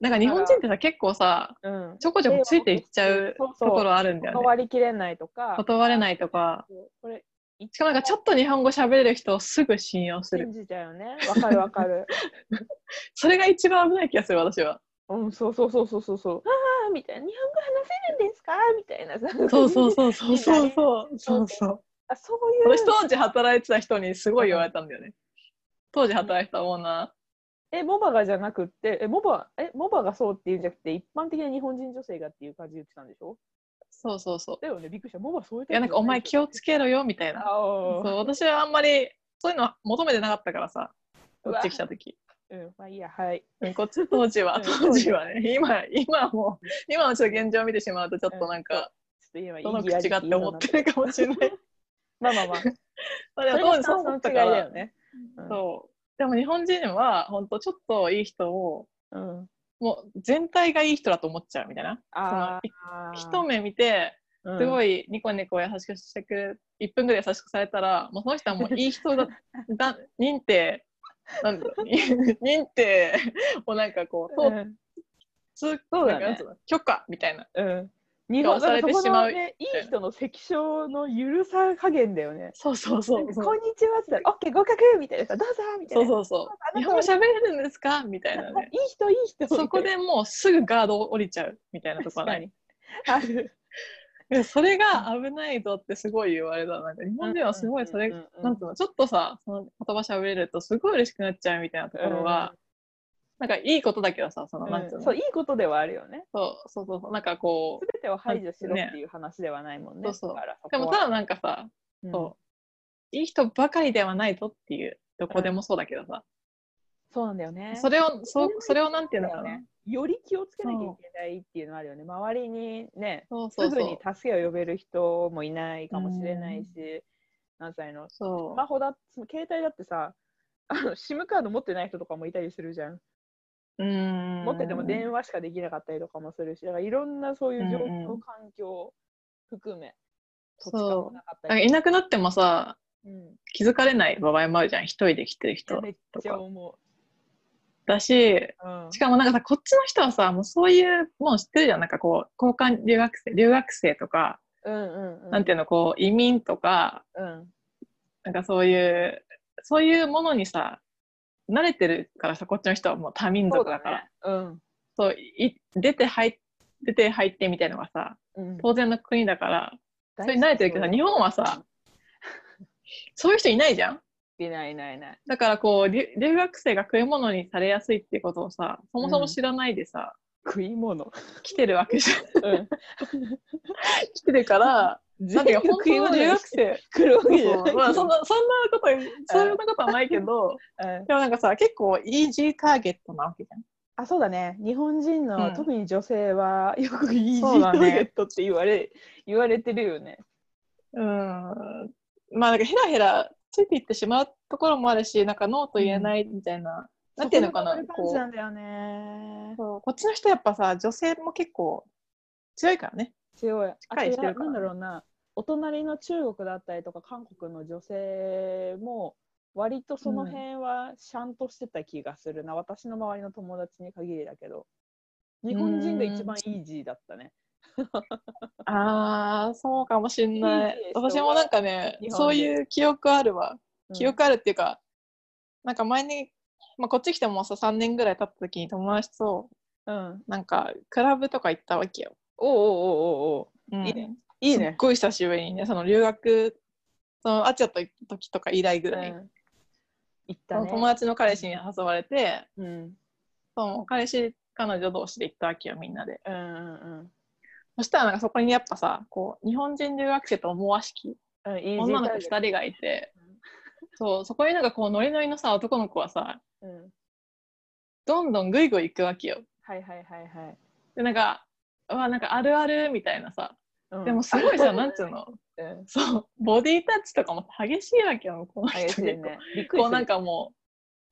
Speaker 1: なんか日本人ってさ結構さ
Speaker 2: う、うん、
Speaker 1: ちょこちょこついていっちゃう
Speaker 2: そう
Speaker 1: と
Speaker 2: そう
Speaker 1: ころあるんだよね
Speaker 2: 断りきれないとか
Speaker 1: 断れないとか
Speaker 2: そうこれ
Speaker 1: しかもなんかちょっと日本語喋れる人をすぐ信用する
Speaker 2: 信じちゃうよねわかるわかる
Speaker 1: それが一番危ない気がする私は
Speaker 2: うんそうそうそうそうそうそうああみたいな日本語話せるんですかみたいなさ
Speaker 1: そうそう
Speaker 2: う
Speaker 1: そうそうそうそうそうそう
Speaker 2: あそういう
Speaker 1: 私当時働いてた人にすごい言われたんだよね当時働いてたオーナ
Speaker 2: え、モバがじゃなくって、え、モバ、え、モバがそうっていうんじゃなくて、一般的な日本人女性がっていう感じで言ってたんでしょ
Speaker 1: ーそうそうそう
Speaker 2: だよね、びっくりした。モバそういう
Speaker 1: いやなんかお前気
Speaker 2: を
Speaker 1: をつけろよみたいな
Speaker 2: あ
Speaker 1: そう
Speaker 2: あ、
Speaker 1: 私はあんまりそういうのは求めてなかったからさこっち来た時
Speaker 2: うん、まあいいや、はい。
Speaker 1: うんこっち当時は
Speaker 2: うん
Speaker 1: 当時はね今今も今のちょっと現状を見てしまうとちょっとなんか
Speaker 2: ちょっと今、
Speaker 1: どの
Speaker 2: いいや
Speaker 1: 口がって思ってるかもしれない
Speaker 2: まあまあまあ。
Speaker 1: まあで
Speaker 2: そ
Speaker 1: も当時
Speaker 2: れがス
Speaker 1: そう
Speaker 2: タ
Speaker 1: 思っ
Speaker 2: ンスの
Speaker 1: た
Speaker 2: 違い
Speaker 1: か
Speaker 2: だよ
Speaker 1: ら
Speaker 2: ね。うん
Speaker 1: そうでも日本人は本当ちょっといい人を
Speaker 2: うん。
Speaker 1: もう全体がいい人だと思っちゃうみたいな
Speaker 2: ああ、
Speaker 1: 一目見てす
Speaker 2: い。
Speaker 1: ごいニコニコ優しくしてくれる1分ぐらい優しくされたらもうその人はもういい人だ だ認定なんだろ う認定をなんかこう
Speaker 2: う
Speaker 1: と
Speaker 2: ん。
Speaker 1: 通
Speaker 2: そう
Speaker 1: な
Speaker 2: だね
Speaker 1: んかなんつうの許可みたいな
Speaker 2: うん日本
Speaker 1: されてしまう
Speaker 2: だからそこのねいい人の関所の許さ加減だよね。
Speaker 1: そうそう
Speaker 2: こ
Speaker 1: そ
Speaker 2: んに
Speaker 1: う
Speaker 2: ち
Speaker 1: そう
Speaker 2: はって言ったら、オッケー合格みたいなさ、どうぞみたい
Speaker 1: そう
Speaker 2: な。
Speaker 1: そうそ
Speaker 2: あ
Speaker 1: う
Speaker 2: な
Speaker 1: 日
Speaker 2: た
Speaker 1: 本
Speaker 2: は
Speaker 1: 語喋れるんですかみたいなね
Speaker 2: いい人、いい人。
Speaker 1: そこでもうすぐガード降りちゃうみたいなとこはない
Speaker 2: 確かにある。
Speaker 1: いやそれが危ないぞってすごい言われたなんか日本人はすごいそれ、
Speaker 2: うんうんうんうん
Speaker 1: なんつうのちょっとさその言葉喋れるとすごい嬉しくなっちゃうみたいなところは、なんかいいことだけどさその、
Speaker 2: うん
Speaker 1: なんつうの
Speaker 2: そ
Speaker 1: そう
Speaker 2: ういいことではあるよね。
Speaker 1: そうそうそうなんかこ
Speaker 2: すべてを排除しろ
Speaker 1: ね
Speaker 2: っていう話ではないもんね。
Speaker 1: そうそう
Speaker 2: だから
Speaker 1: うでもただなんかさ、
Speaker 2: そこはうん
Speaker 1: そういい人ばかりではないぞっていうどこでもそうだけどさ、
Speaker 2: そうなんだよね。
Speaker 1: それをそう
Speaker 2: それもいい
Speaker 1: それをなんていうのかな、
Speaker 2: だよねより気をつけなきゃいけないっていうのはあるよね。周りにね、
Speaker 1: そうそ
Speaker 2: す
Speaker 1: う
Speaker 2: ぐ
Speaker 1: そ
Speaker 2: に
Speaker 1: う
Speaker 2: 助けを呼べる人もいないかもしれないし、何歳のス
Speaker 1: そ
Speaker 2: マホだ、携帯だってさ、あの SIM カード持ってない人とかもいたりするじゃん。
Speaker 1: うん。
Speaker 2: 持ってても電話しかできなかったりとかもするし、だからいろんなそういう状
Speaker 1: うんう
Speaker 2: 況、
Speaker 1: ん
Speaker 2: 環境含め、
Speaker 1: そ
Speaker 2: 土地
Speaker 1: う
Speaker 2: 勘もなかった
Speaker 1: なんか
Speaker 2: り
Speaker 1: いなくなってもさ、
Speaker 2: うん、
Speaker 1: 気づかれない場合もあるじゃん。一人で来てる人
Speaker 2: めっ
Speaker 1: と
Speaker 2: ちゃ
Speaker 1: か。
Speaker 2: 思
Speaker 1: だし、
Speaker 2: う。うん
Speaker 1: しかもなんかさ、こっちの人はさ、もうそういうもん知ってるじゃん。なんかこう、交換留学生、留学生とか、
Speaker 2: うんうん。
Speaker 1: なんていうの、こう、移民とか、
Speaker 2: うん。
Speaker 1: なんかそういう、そういうものにさ、慣れてるからさ、こっちの人はもう多民
Speaker 2: そう
Speaker 1: 族だ
Speaker 2: だ
Speaker 1: から。
Speaker 2: ね。うん。
Speaker 1: そう,、い、出て入っ出て入ってみたいのがさ、
Speaker 2: うん、
Speaker 1: 当然の国だから、
Speaker 2: そ
Speaker 1: それに慣れてるけどさ、日本はさ、そういう人いないじゃん。
Speaker 2: いないいないいない。
Speaker 1: だからこう、留留学生が食い物にされやすいってことをさ、そもそも知らないでさ、
Speaker 2: 食い物。
Speaker 1: 来てるわけじゃん。
Speaker 2: うん。
Speaker 1: 来てるから、 なんていうか、本当の留学生。
Speaker 2: 来るわけじゃ
Speaker 1: そ
Speaker 2: な
Speaker 1: うま あ、そん
Speaker 2: い。
Speaker 1: な、そんなこと、そんなことはないけど、
Speaker 2: うん
Speaker 1: でもなんかさ、結構イージーターゲットなわけじゃん。
Speaker 2: あ、そうだね。日本人の、
Speaker 1: うん
Speaker 2: 特に女性は、よくイージ
Speaker 1: そう
Speaker 2: ータ
Speaker 1: だ
Speaker 2: ー
Speaker 1: ね
Speaker 2: ゲットって言われ、言われてるよね。
Speaker 1: うん。まあ、なんかヘラヘラついていってしまうところもあるし、なんかノーと言えないみたいな、なんていうのかな、
Speaker 2: そこ
Speaker 1: こ
Speaker 2: が
Speaker 1: う
Speaker 2: 悪い感じなんだよね。
Speaker 1: そうこっちの人やっぱさ、女性も結構強いからね。
Speaker 2: 強い。あ
Speaker 1: かりし
Speaker 2: と
Speaker 1: て
Speaker 2: な
Speaker 1: るから
Speaker 2: んだろうな、お隣の中国だったりとか韓国の女性も、割とその辺はシャンとしてた気がするな、私の周りの友達に限りだけど、日本人が一番イージーだったね。
Speaker 1: ああ、そうかもしんない
Speaker 2: いい。人が
Speaker 1: 私もなんかね
Speaker 2: 日、本で
Speaker 1: そういう記憶あるわ。
Speaker 2: うん
Speaker 1: 記憶あるっていうか、なんか前に、まあ、こっち来てもさ3年ぐらい経った時に友達と
Speaker 2: うん。
Speaker 1: なんかクラブとか行ったわけよ。
Speaker 2: おうおうおうお
Speaker 1: う
Speaker 2: うおう
Speaker 1: ん
Speaker 2: いいねいい
Speaker 1: すっ
Speaker 2: ね。
Speaker 1: ごい久しぶりにねその留学そのあちゃと行った時とか以来ぐ
Speaker 2: うん
Speaker 1: らい、
Speaker 2: 行っ
Speaker 1: そ
Speaker 2: た
Speaker 1: の
Speaker 2: ね。
Speaker 1: 友達の彼氏に誘われて
Speaker 2: うん。うん
Speaker 1: その彼氏彼女同士で行ったわけよみんなで。
Speaker 2: うん
Speaker 1: そしたらなんかそこにやっぱさこう日本人留学生と思わしき
Speaker 2: うん。イージー
Speaker 1: 女の子
Speaker 2: タ
Speaker 1: 2
Speaker 2: ーゲッ
Speaker 1: 人がいてそうそこになんかこうノリノリのさ男の子はさ
Speaker 2: トうん。
Speaker 1: どんどんぐいぐい行くわけよ。
Speaker 2: はいはいはいはい。
Speaker 1: でなんかうわなんかあるあるみたいなさ
Speaker 2: うん
Speaker 1: でもすごいさ、なんつうの
Speaker 2: うん
Speaker 1: そうボディタッチとかも激しいわけよこの人
Speaker 2: 激し
Speaker 1: 結
Speaker 2: い
Speaker 1: 構、
Speaker 2: ね。びっくり
Speaker 1: こう
Speaker 2: す
Speaker 1: なん
Speaker 2: る。
Speaker 1: かも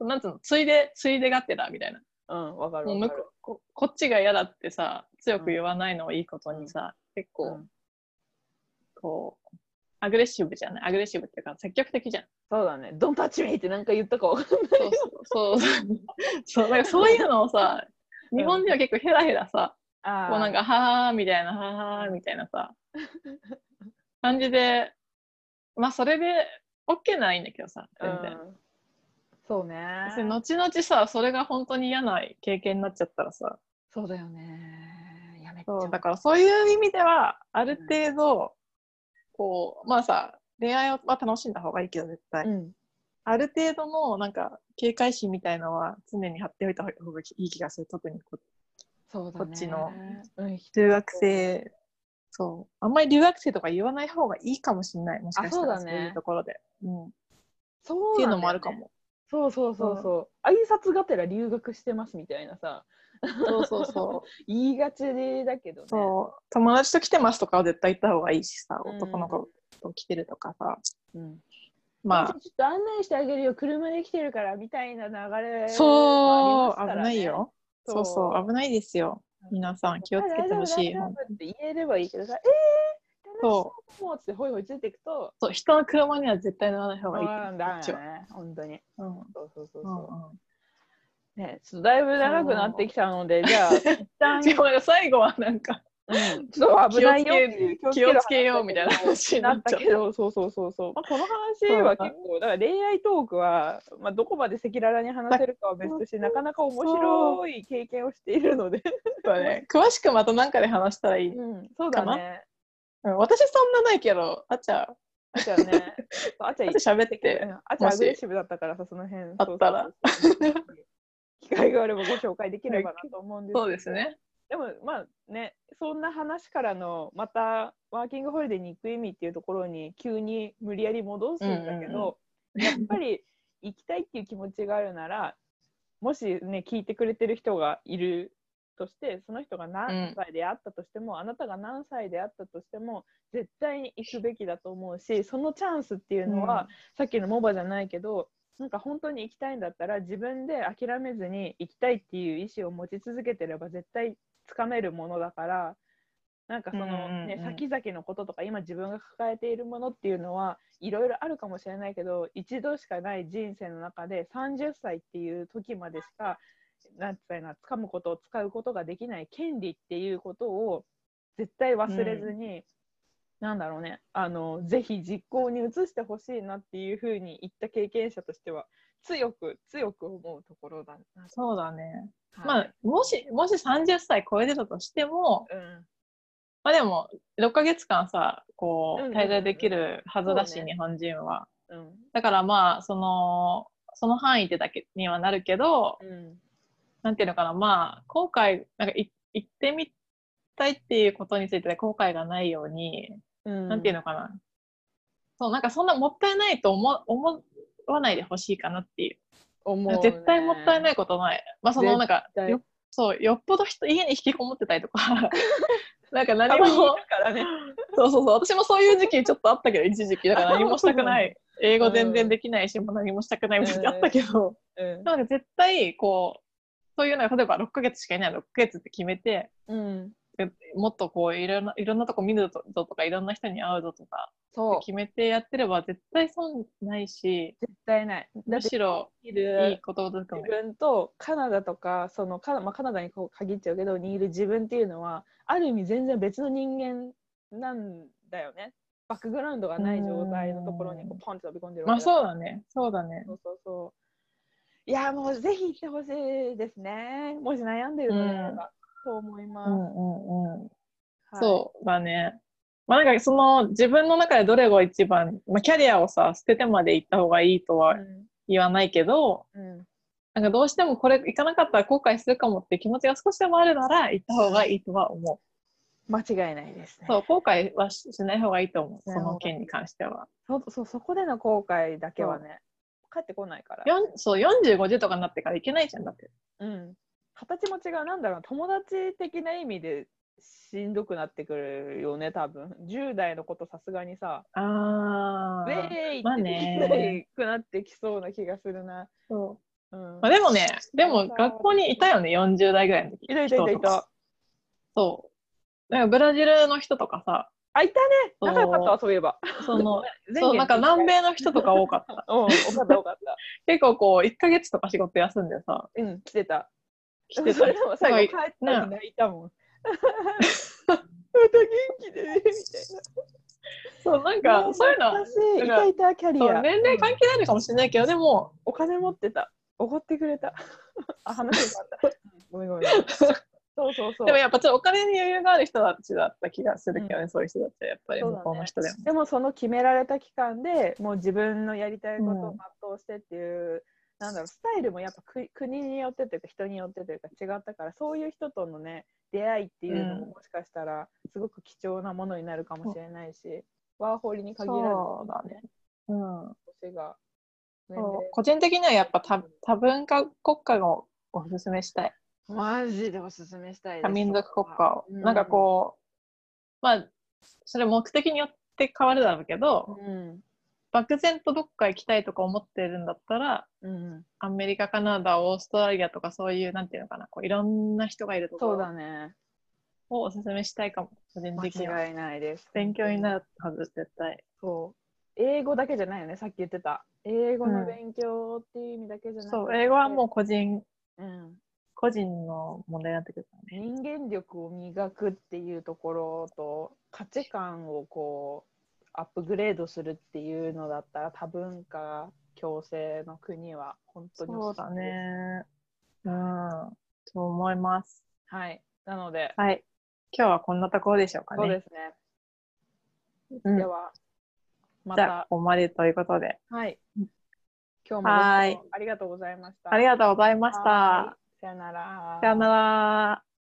Speaker 1: うなんつうのついでついでがってだみたいな
Speaker 2: うん、わかる
Speaker 1: もう
Speaker 2: わ
Speaker 1: 向
Speaker 2: かる
Speaker 1: こ。ここっちが嫌だってさ強く言わないのをいいことにさ、結構、
Speaker 2: うん
Speaker 1: こうアグレッシブじゃないアグレッシブっていうか積極的じゃん
Speaker 2: そうだね。ドンタッチミーってなんか言ったかわかんない。
Speaker 1: そうそうそう そうなんかそういうのをさ
Speaker 2: ん
Speaker 1: 日本人は結構ヘラヘラさ、
Speaker 2: あ
Speaker 1: こうなんか、はーみたいな、はーみたいなさ、感じで、まあそれで OK ならいいんだけどさ、全然。
Speaker 2: うんそうね。
Speaker 1: それ後々さ、それが本当に嫌な経験になっちゃったらさ、
Speaker 2: そうだよね。やめちゃ
Speaker 1: そうだからそういう意味では、ある程度、こう、まあさ、恋愛は楽しんだ方がいいけど、絶対。
Speaker 2: うん。
Speaker 1: ある程度の、なんか、警戒心みたいのは常に張っておいた方がいい気がする。特にこ
Speaker 2: そうだね。
Speaker 1: こっちの。
Speaker 2: うん。
Speaker 1: 留学生、そう。あんまり留学生とか言わない方がいいかもしれない。もしかした
Speaker 2: あ
Speaker 1: ら
Speaker 2: そ
Speaker 1: そうう
Speaker 2: だね
Speaker 1: いうところで。うん。
Speaker 2: そうなんだよね
Speaker 1: っていうのもあるか。も。
Speaker 2: そうそうそうそう。挨拶がてら留学してますみたいなさ、
Speaker 1: そうそうそ
Speaker 2: 言いがちだけど
Speaker 1: う。
Speaker 2: ね。
Speaker 1: そう。友達と来てますとかは絶対行った方がいいしさ、
Speaker 2: うん
Speaker 1: 男の子と来てるとかさ。
Speaker 2: うん。
Speaker 1: ま
Speaker 2: ちょっと案内してあげるよ。車で来てるからみたいな流れ、
Speaker 1: あ、そう、危ない。よ。そう
Speaker 2: そう
Speaker 1: そう、危ないですよ。皆さん気をつけてほしい。
Speaker 2: あ大丈夫大丈夫って言えればいいけどさ、えー、楽し
Speaker 1: そ
Speaker 2: そうかもってホイホイついていくと、
Speaker 1: そう、人の車には絶対乗らない方
Speaker 2: そ
Speaker 1: がいい。
Speaker 2: うなんだ
Speaker 1: こっち
Speaker 2: よ
Speaker 1: は
Speaker 2: ね。本当に。
Speaker 1: うん
Speaker 2: そうそうそ
Speaker 1: う
Speaker 2: うそ
Speaker 1: ん
Speaker 2: う。
Speaker 1: うん
Speaker 2: ね、ちょっとだいぶ長くなってきたので、じゃ あ、一旦、
Speaker 1: でもなんか最後はなんか
Speaker 2: うんちょっと危ないよっていう
Speaker 1: 気をつけようみたいな話に
Speaker 2: な
Speaker 1: な
Speaker 2: っ
Speaker 1: っちゃ
Speaker 2: た
Speaker 1: う
Speaker 2: けど、そうそうそうそう。まあ、この話は結構、だから恋愛トークは、まあ、どこまで赤裸々に話せるかは別として、なかなか面白い経験をしているので、
Speaker 1: そうね、詳しくまた何かで話したらいい。
Speaker 2: うん、そうだ
Speaker 1: か
Speaker 2: ね。
Speaker 1: うん私そんなないけど、あっちゃん、
Speaker 2: あちゃんね、そうあちゃん
Speaker 1: あっちゃん喋って
Speaker 2: う
Speaker 1: て。
Speaker 2: んあちゃんアグレッシブだったからさ、その辺。
Speaker 1: あったら
Speaker 2: そうそうそうそう。機会があればご紹介できればなと思うんですけど
Speaker 1: そうですね。
Speaker 2: でもまあねそんな話からのまたワーキングホリデーに行く意味っていうところに急に無理やり戻すんだけど、やっぱり行きたいっていう気持ちがあるならもしね聞いてくれてる人がいるとしてその人が何歳であったとしても、あなたが何歳であったとしても絶対に行くべきだと思うしそのチャンスっていうのは、さっきのモバじゃないけどなんか本当に行きたいんだったら自分で諦めずに行きたいっていう意思を持ち続けてれば絶対つかめるものだからなんかその、
Speaker 1: うんうんうん
Speaker 2: ね先々のこととか今自分が抱えているものっていうのはいろいろあるかもしれないけど一度しかない人生の中で30歳っていう時までしかなんつったらいいな掴むことを使うことができない権利っていうことを絶対忘れずに、なんだろうねあのぜひ実行に移してほしいなっていうふうに言った経験者としては強く強く思うところだな。
Speaker 1: そうだね。ま
Speaker 2: はい
Speaker 1: あ、もし、もし30歳超えてたとしても、
Speaker 2: うん
Speaker 1: まあでも、6ヶ月間さ、こ
Speaker 2: うんう
Speaker 1: う、
Speaker 2: んうん
Speaker 1: 滞在できるはずだし、
Speaker 2: そうね
Speaker 1: 日本人は。
Speaker 2: うん
Speaker 1: だからまあ、その、その範囲でだけにはなるけど、
Speaker 2: うん
Speaker 1: なんていうのかな、まあ、後悔、なんかい行ってみたいっていうことについて後悔がないように、
Speaker 2: うん
Speaker 1: なんていうのかな。そう、なんかそんなもったいないと思思わないでほしいかなっていう。
Speaker 2: 思うね
Speaker 1: 絶対もったいないことない。まあそのなんか
Speaker 2: 絶対
Speaker 1: よそうよっぽど人家に引きこもってたりと かなんか何
Speaker 2: たまにいる
Speaker 1: も
Speaker 2: からね。
Speaker 1: そうそうそう私もそういう時期ちょっとあったけど一時期だから何もしたく ない英語全然できないし、もう何もしたくないみたいなのあったけど、
Speaker 2: うん
Speaker 1: なんか絶対こうそういうのが例えば6ヶ月しかいないの6ヶ月って決めて
Speaker 2: うん、
Speaker 1: でもっとこういろんないろんなとこ見るぞとかいろんな人に会うぞとか
Speaker 2: そう
Speaker 1: 決めてやってれば絶対損ないし
Speaker 2: 絶対ない。だ
Speaker 1: む
Speaker 2: って
Speaker 1: しろ
Speaker 2: い
Speaker 1: い
Speaker 2: る
Speaker 1: いことだと
Speaker 2: 自
Speaker 1: 思う。
Speaker 2: 分とカナダとかそのカナ,、まあ、カナダにこう限っちゃうけどにいる自分っていうのはある意味全然別の人間なんだよね。バックグラウンドがない状態のところにこ
Speaker 1: う
Speaker 2: うポンって飛び込んでる
Speaker 1: まあ
Speaker 2: う
Speaker 1: そうだねそうだね
Speaker 2: そうそうそう。いやもうぜひ行ってほしいですね。もし悩んでるのであれば、と思います。
Speaker 1: う
Speaker 2: は
Speaker 1: んうんうん
Speaker 2: い
Speaker 1: そうだね。まあなんかその自分の中でどれが一番、まあ、キャリアをさ捨ててまで行った方がいいとは
Speaker 2: うん
Speaker 1: 言わないけど、
Speaker 2: うん
Speaker 1: なんかどうしてもこれ行かなかったら後悔するかもって気持ちが少しでもあるなら行った方がいいとは思
Speaker 2: 間違いないです
Speaker 1: う。
Speaker 2: ね。
Speaker 1: そう後悔はししない方がいいと思う。
Speaker 2: なる
Speaker 1: そ
Speaker 2: ほど
Speaker 1: の件に関しては。
Speaker 2: そうそうそこでの後悔だけはね帰ってこないから。
Speaker 1: よんそう40、50とかになってから行けないじゃんだって。
Speaker 2: うん、形も違うなんだろう友達的な意味でしんどくなってくるよね多分10代のことさすがにさウ
Speaker 1: あ
Speaker 2: ェーイって
Speaker 1: まあね
Speaker 2: くなってきそうな気がするな、
Speaker 1: そう
Speaker 2: うん
Speaker 1: まあ、でもね、でも学校にいたよね、40代ぐらいの時。
Speaker 2: いたいたいたい
Speaker 1: 人とか
Speaker 2: た
Speaker 1: そう。なんかブラジルの人とかさ、
Speaker 2: あいたね
Speaker 1: そう
Speaker 2: 仲良かったわそういえば
Speaker 1: そ の、
Speaker 2: 前
Speaker 1: そう、
Speaker 2: 言
Speaker 1: なんか南米の人とか多か った。
Speaker 2: うん多かった多かった
Speaker 1: 結構こう、1ヶ月とか仕事休んでさ、
Speaker 2: うん来てた
Speaker 1: 来て
Speaker 2: そ
Speaker 1: た
Speaker 2: れ
Speaker 1: り
Speaker 2: でも最後帰った
Speaker 1: なん
Speaker 2: ら
Speaker 1: か
Speaker 2: 泣いたもん また元気でねみたい
Speaker 1: そう、なん
Speaker 2: な
Speaker 1: か、そういうのは、
Speaker 2: 懐かしいいたいたキャリ
Speaker 1: そう
Speaker 2: ア
Speaker 1: 年齢関係ないのかもしれないけど、でも、
Speaker 2: お金持ってた。おごってくれ た。あ、話してたんだ。 ごめんごめん。そうそうそう。
Speaker 1: でもやっぱちょっとお金に余裕がある人たちだった気がするけどね、そういう人たちはやっぱり
Speaker 2: そう
Speaker 1: 向
Speaker 2: だね
Speaker 1: こうの人でも。
Speaker 2: でもその決められた期間でもう自分のやりたいこと
Speaker 1: う
Speaker 2: を
Speaker 1: ん
Speaker 2: 全うしてっていう、なんだろうスタイルもやっぱく国によってというか人によってというか違ったからそういう人とのね出会いっていうの
Speaker 1: う
Speaker 2: も
Speaker 1: ん
Speaker 2: もしかしたらすごく貴重なものになるかもしれないし、ワーホリに限らず
Speaker 1: そうだね。うん。
Speaker 2: 年が年
Speaker 1: そう
Speaker 2: 齢
Speaker 1: 個人的にはやっぱ多多文化国家をおすすめしたい
Speaker 2: マジでおすすめしたいです
Speaker 1: 多民族国家を、
Speaker 2: うん
Speaker 1: なんかこうまあそれ目的によって変わるだろうけど、
Speaker 2: うん
Speaker 1: 漠然とどっか行きたいとか思ってるんだったら
Speaker 2: うん、
Speaker 1: アメリカカナダオーストラリアとかそういうなんていうのかなこういろんな人がいるとこ
Speaker 2: そうだ
Speaker 1: ろ
Speaker 2: ね
Speaker 1: をおすすめしたいかも個人的には
Speaker 2: 間違いないです
Speaker 1: 勉強になるはず絶対
Speaker 2: そう英語だけじゃないよねさっき言ってた英語
Speaker 1: う
Speaker 2: の
Speaker 1: ん
Speaker 2: 勉強っていう意味だけじゃなくて、
Speaker 1: そう英語はもう個人
Speaker 2: う、ん、
Speaker 1: 個人の問題になってくるからね
Speaker 2: 人間力を磨くっていうところと価値観をこうアップグレードするっていうのだったら多文化共生の国は本当に
Speaker 1: そ
Speaker 2: お
Speaker 1: う
Speaker 2: すす
Speaker 1: だ
Speaker 2: めです
Speaker 1: ね。うん。と思います。
Speaker 2: はいなので
Speaker 1: はい。今日はこんなところでしょうかね。
Speaker 2: そうですね、
Speaker 1: うん
Speaker 2: ではま
Speaker 1: じゃあ、
Speaker 2: た
Speaker 1: ここまでということで。
Speaker 2: はい
Speaker 1: うん
Speaker 2: 今日も
Speaker 1: はい
Speaker 2: ご視聴ありがとうございました
Speaker 1: ありがとうございまし
Speaker 2: は
Speaker 1: た。
Speaker 2: いさよなら
Speaker 1: さよなら。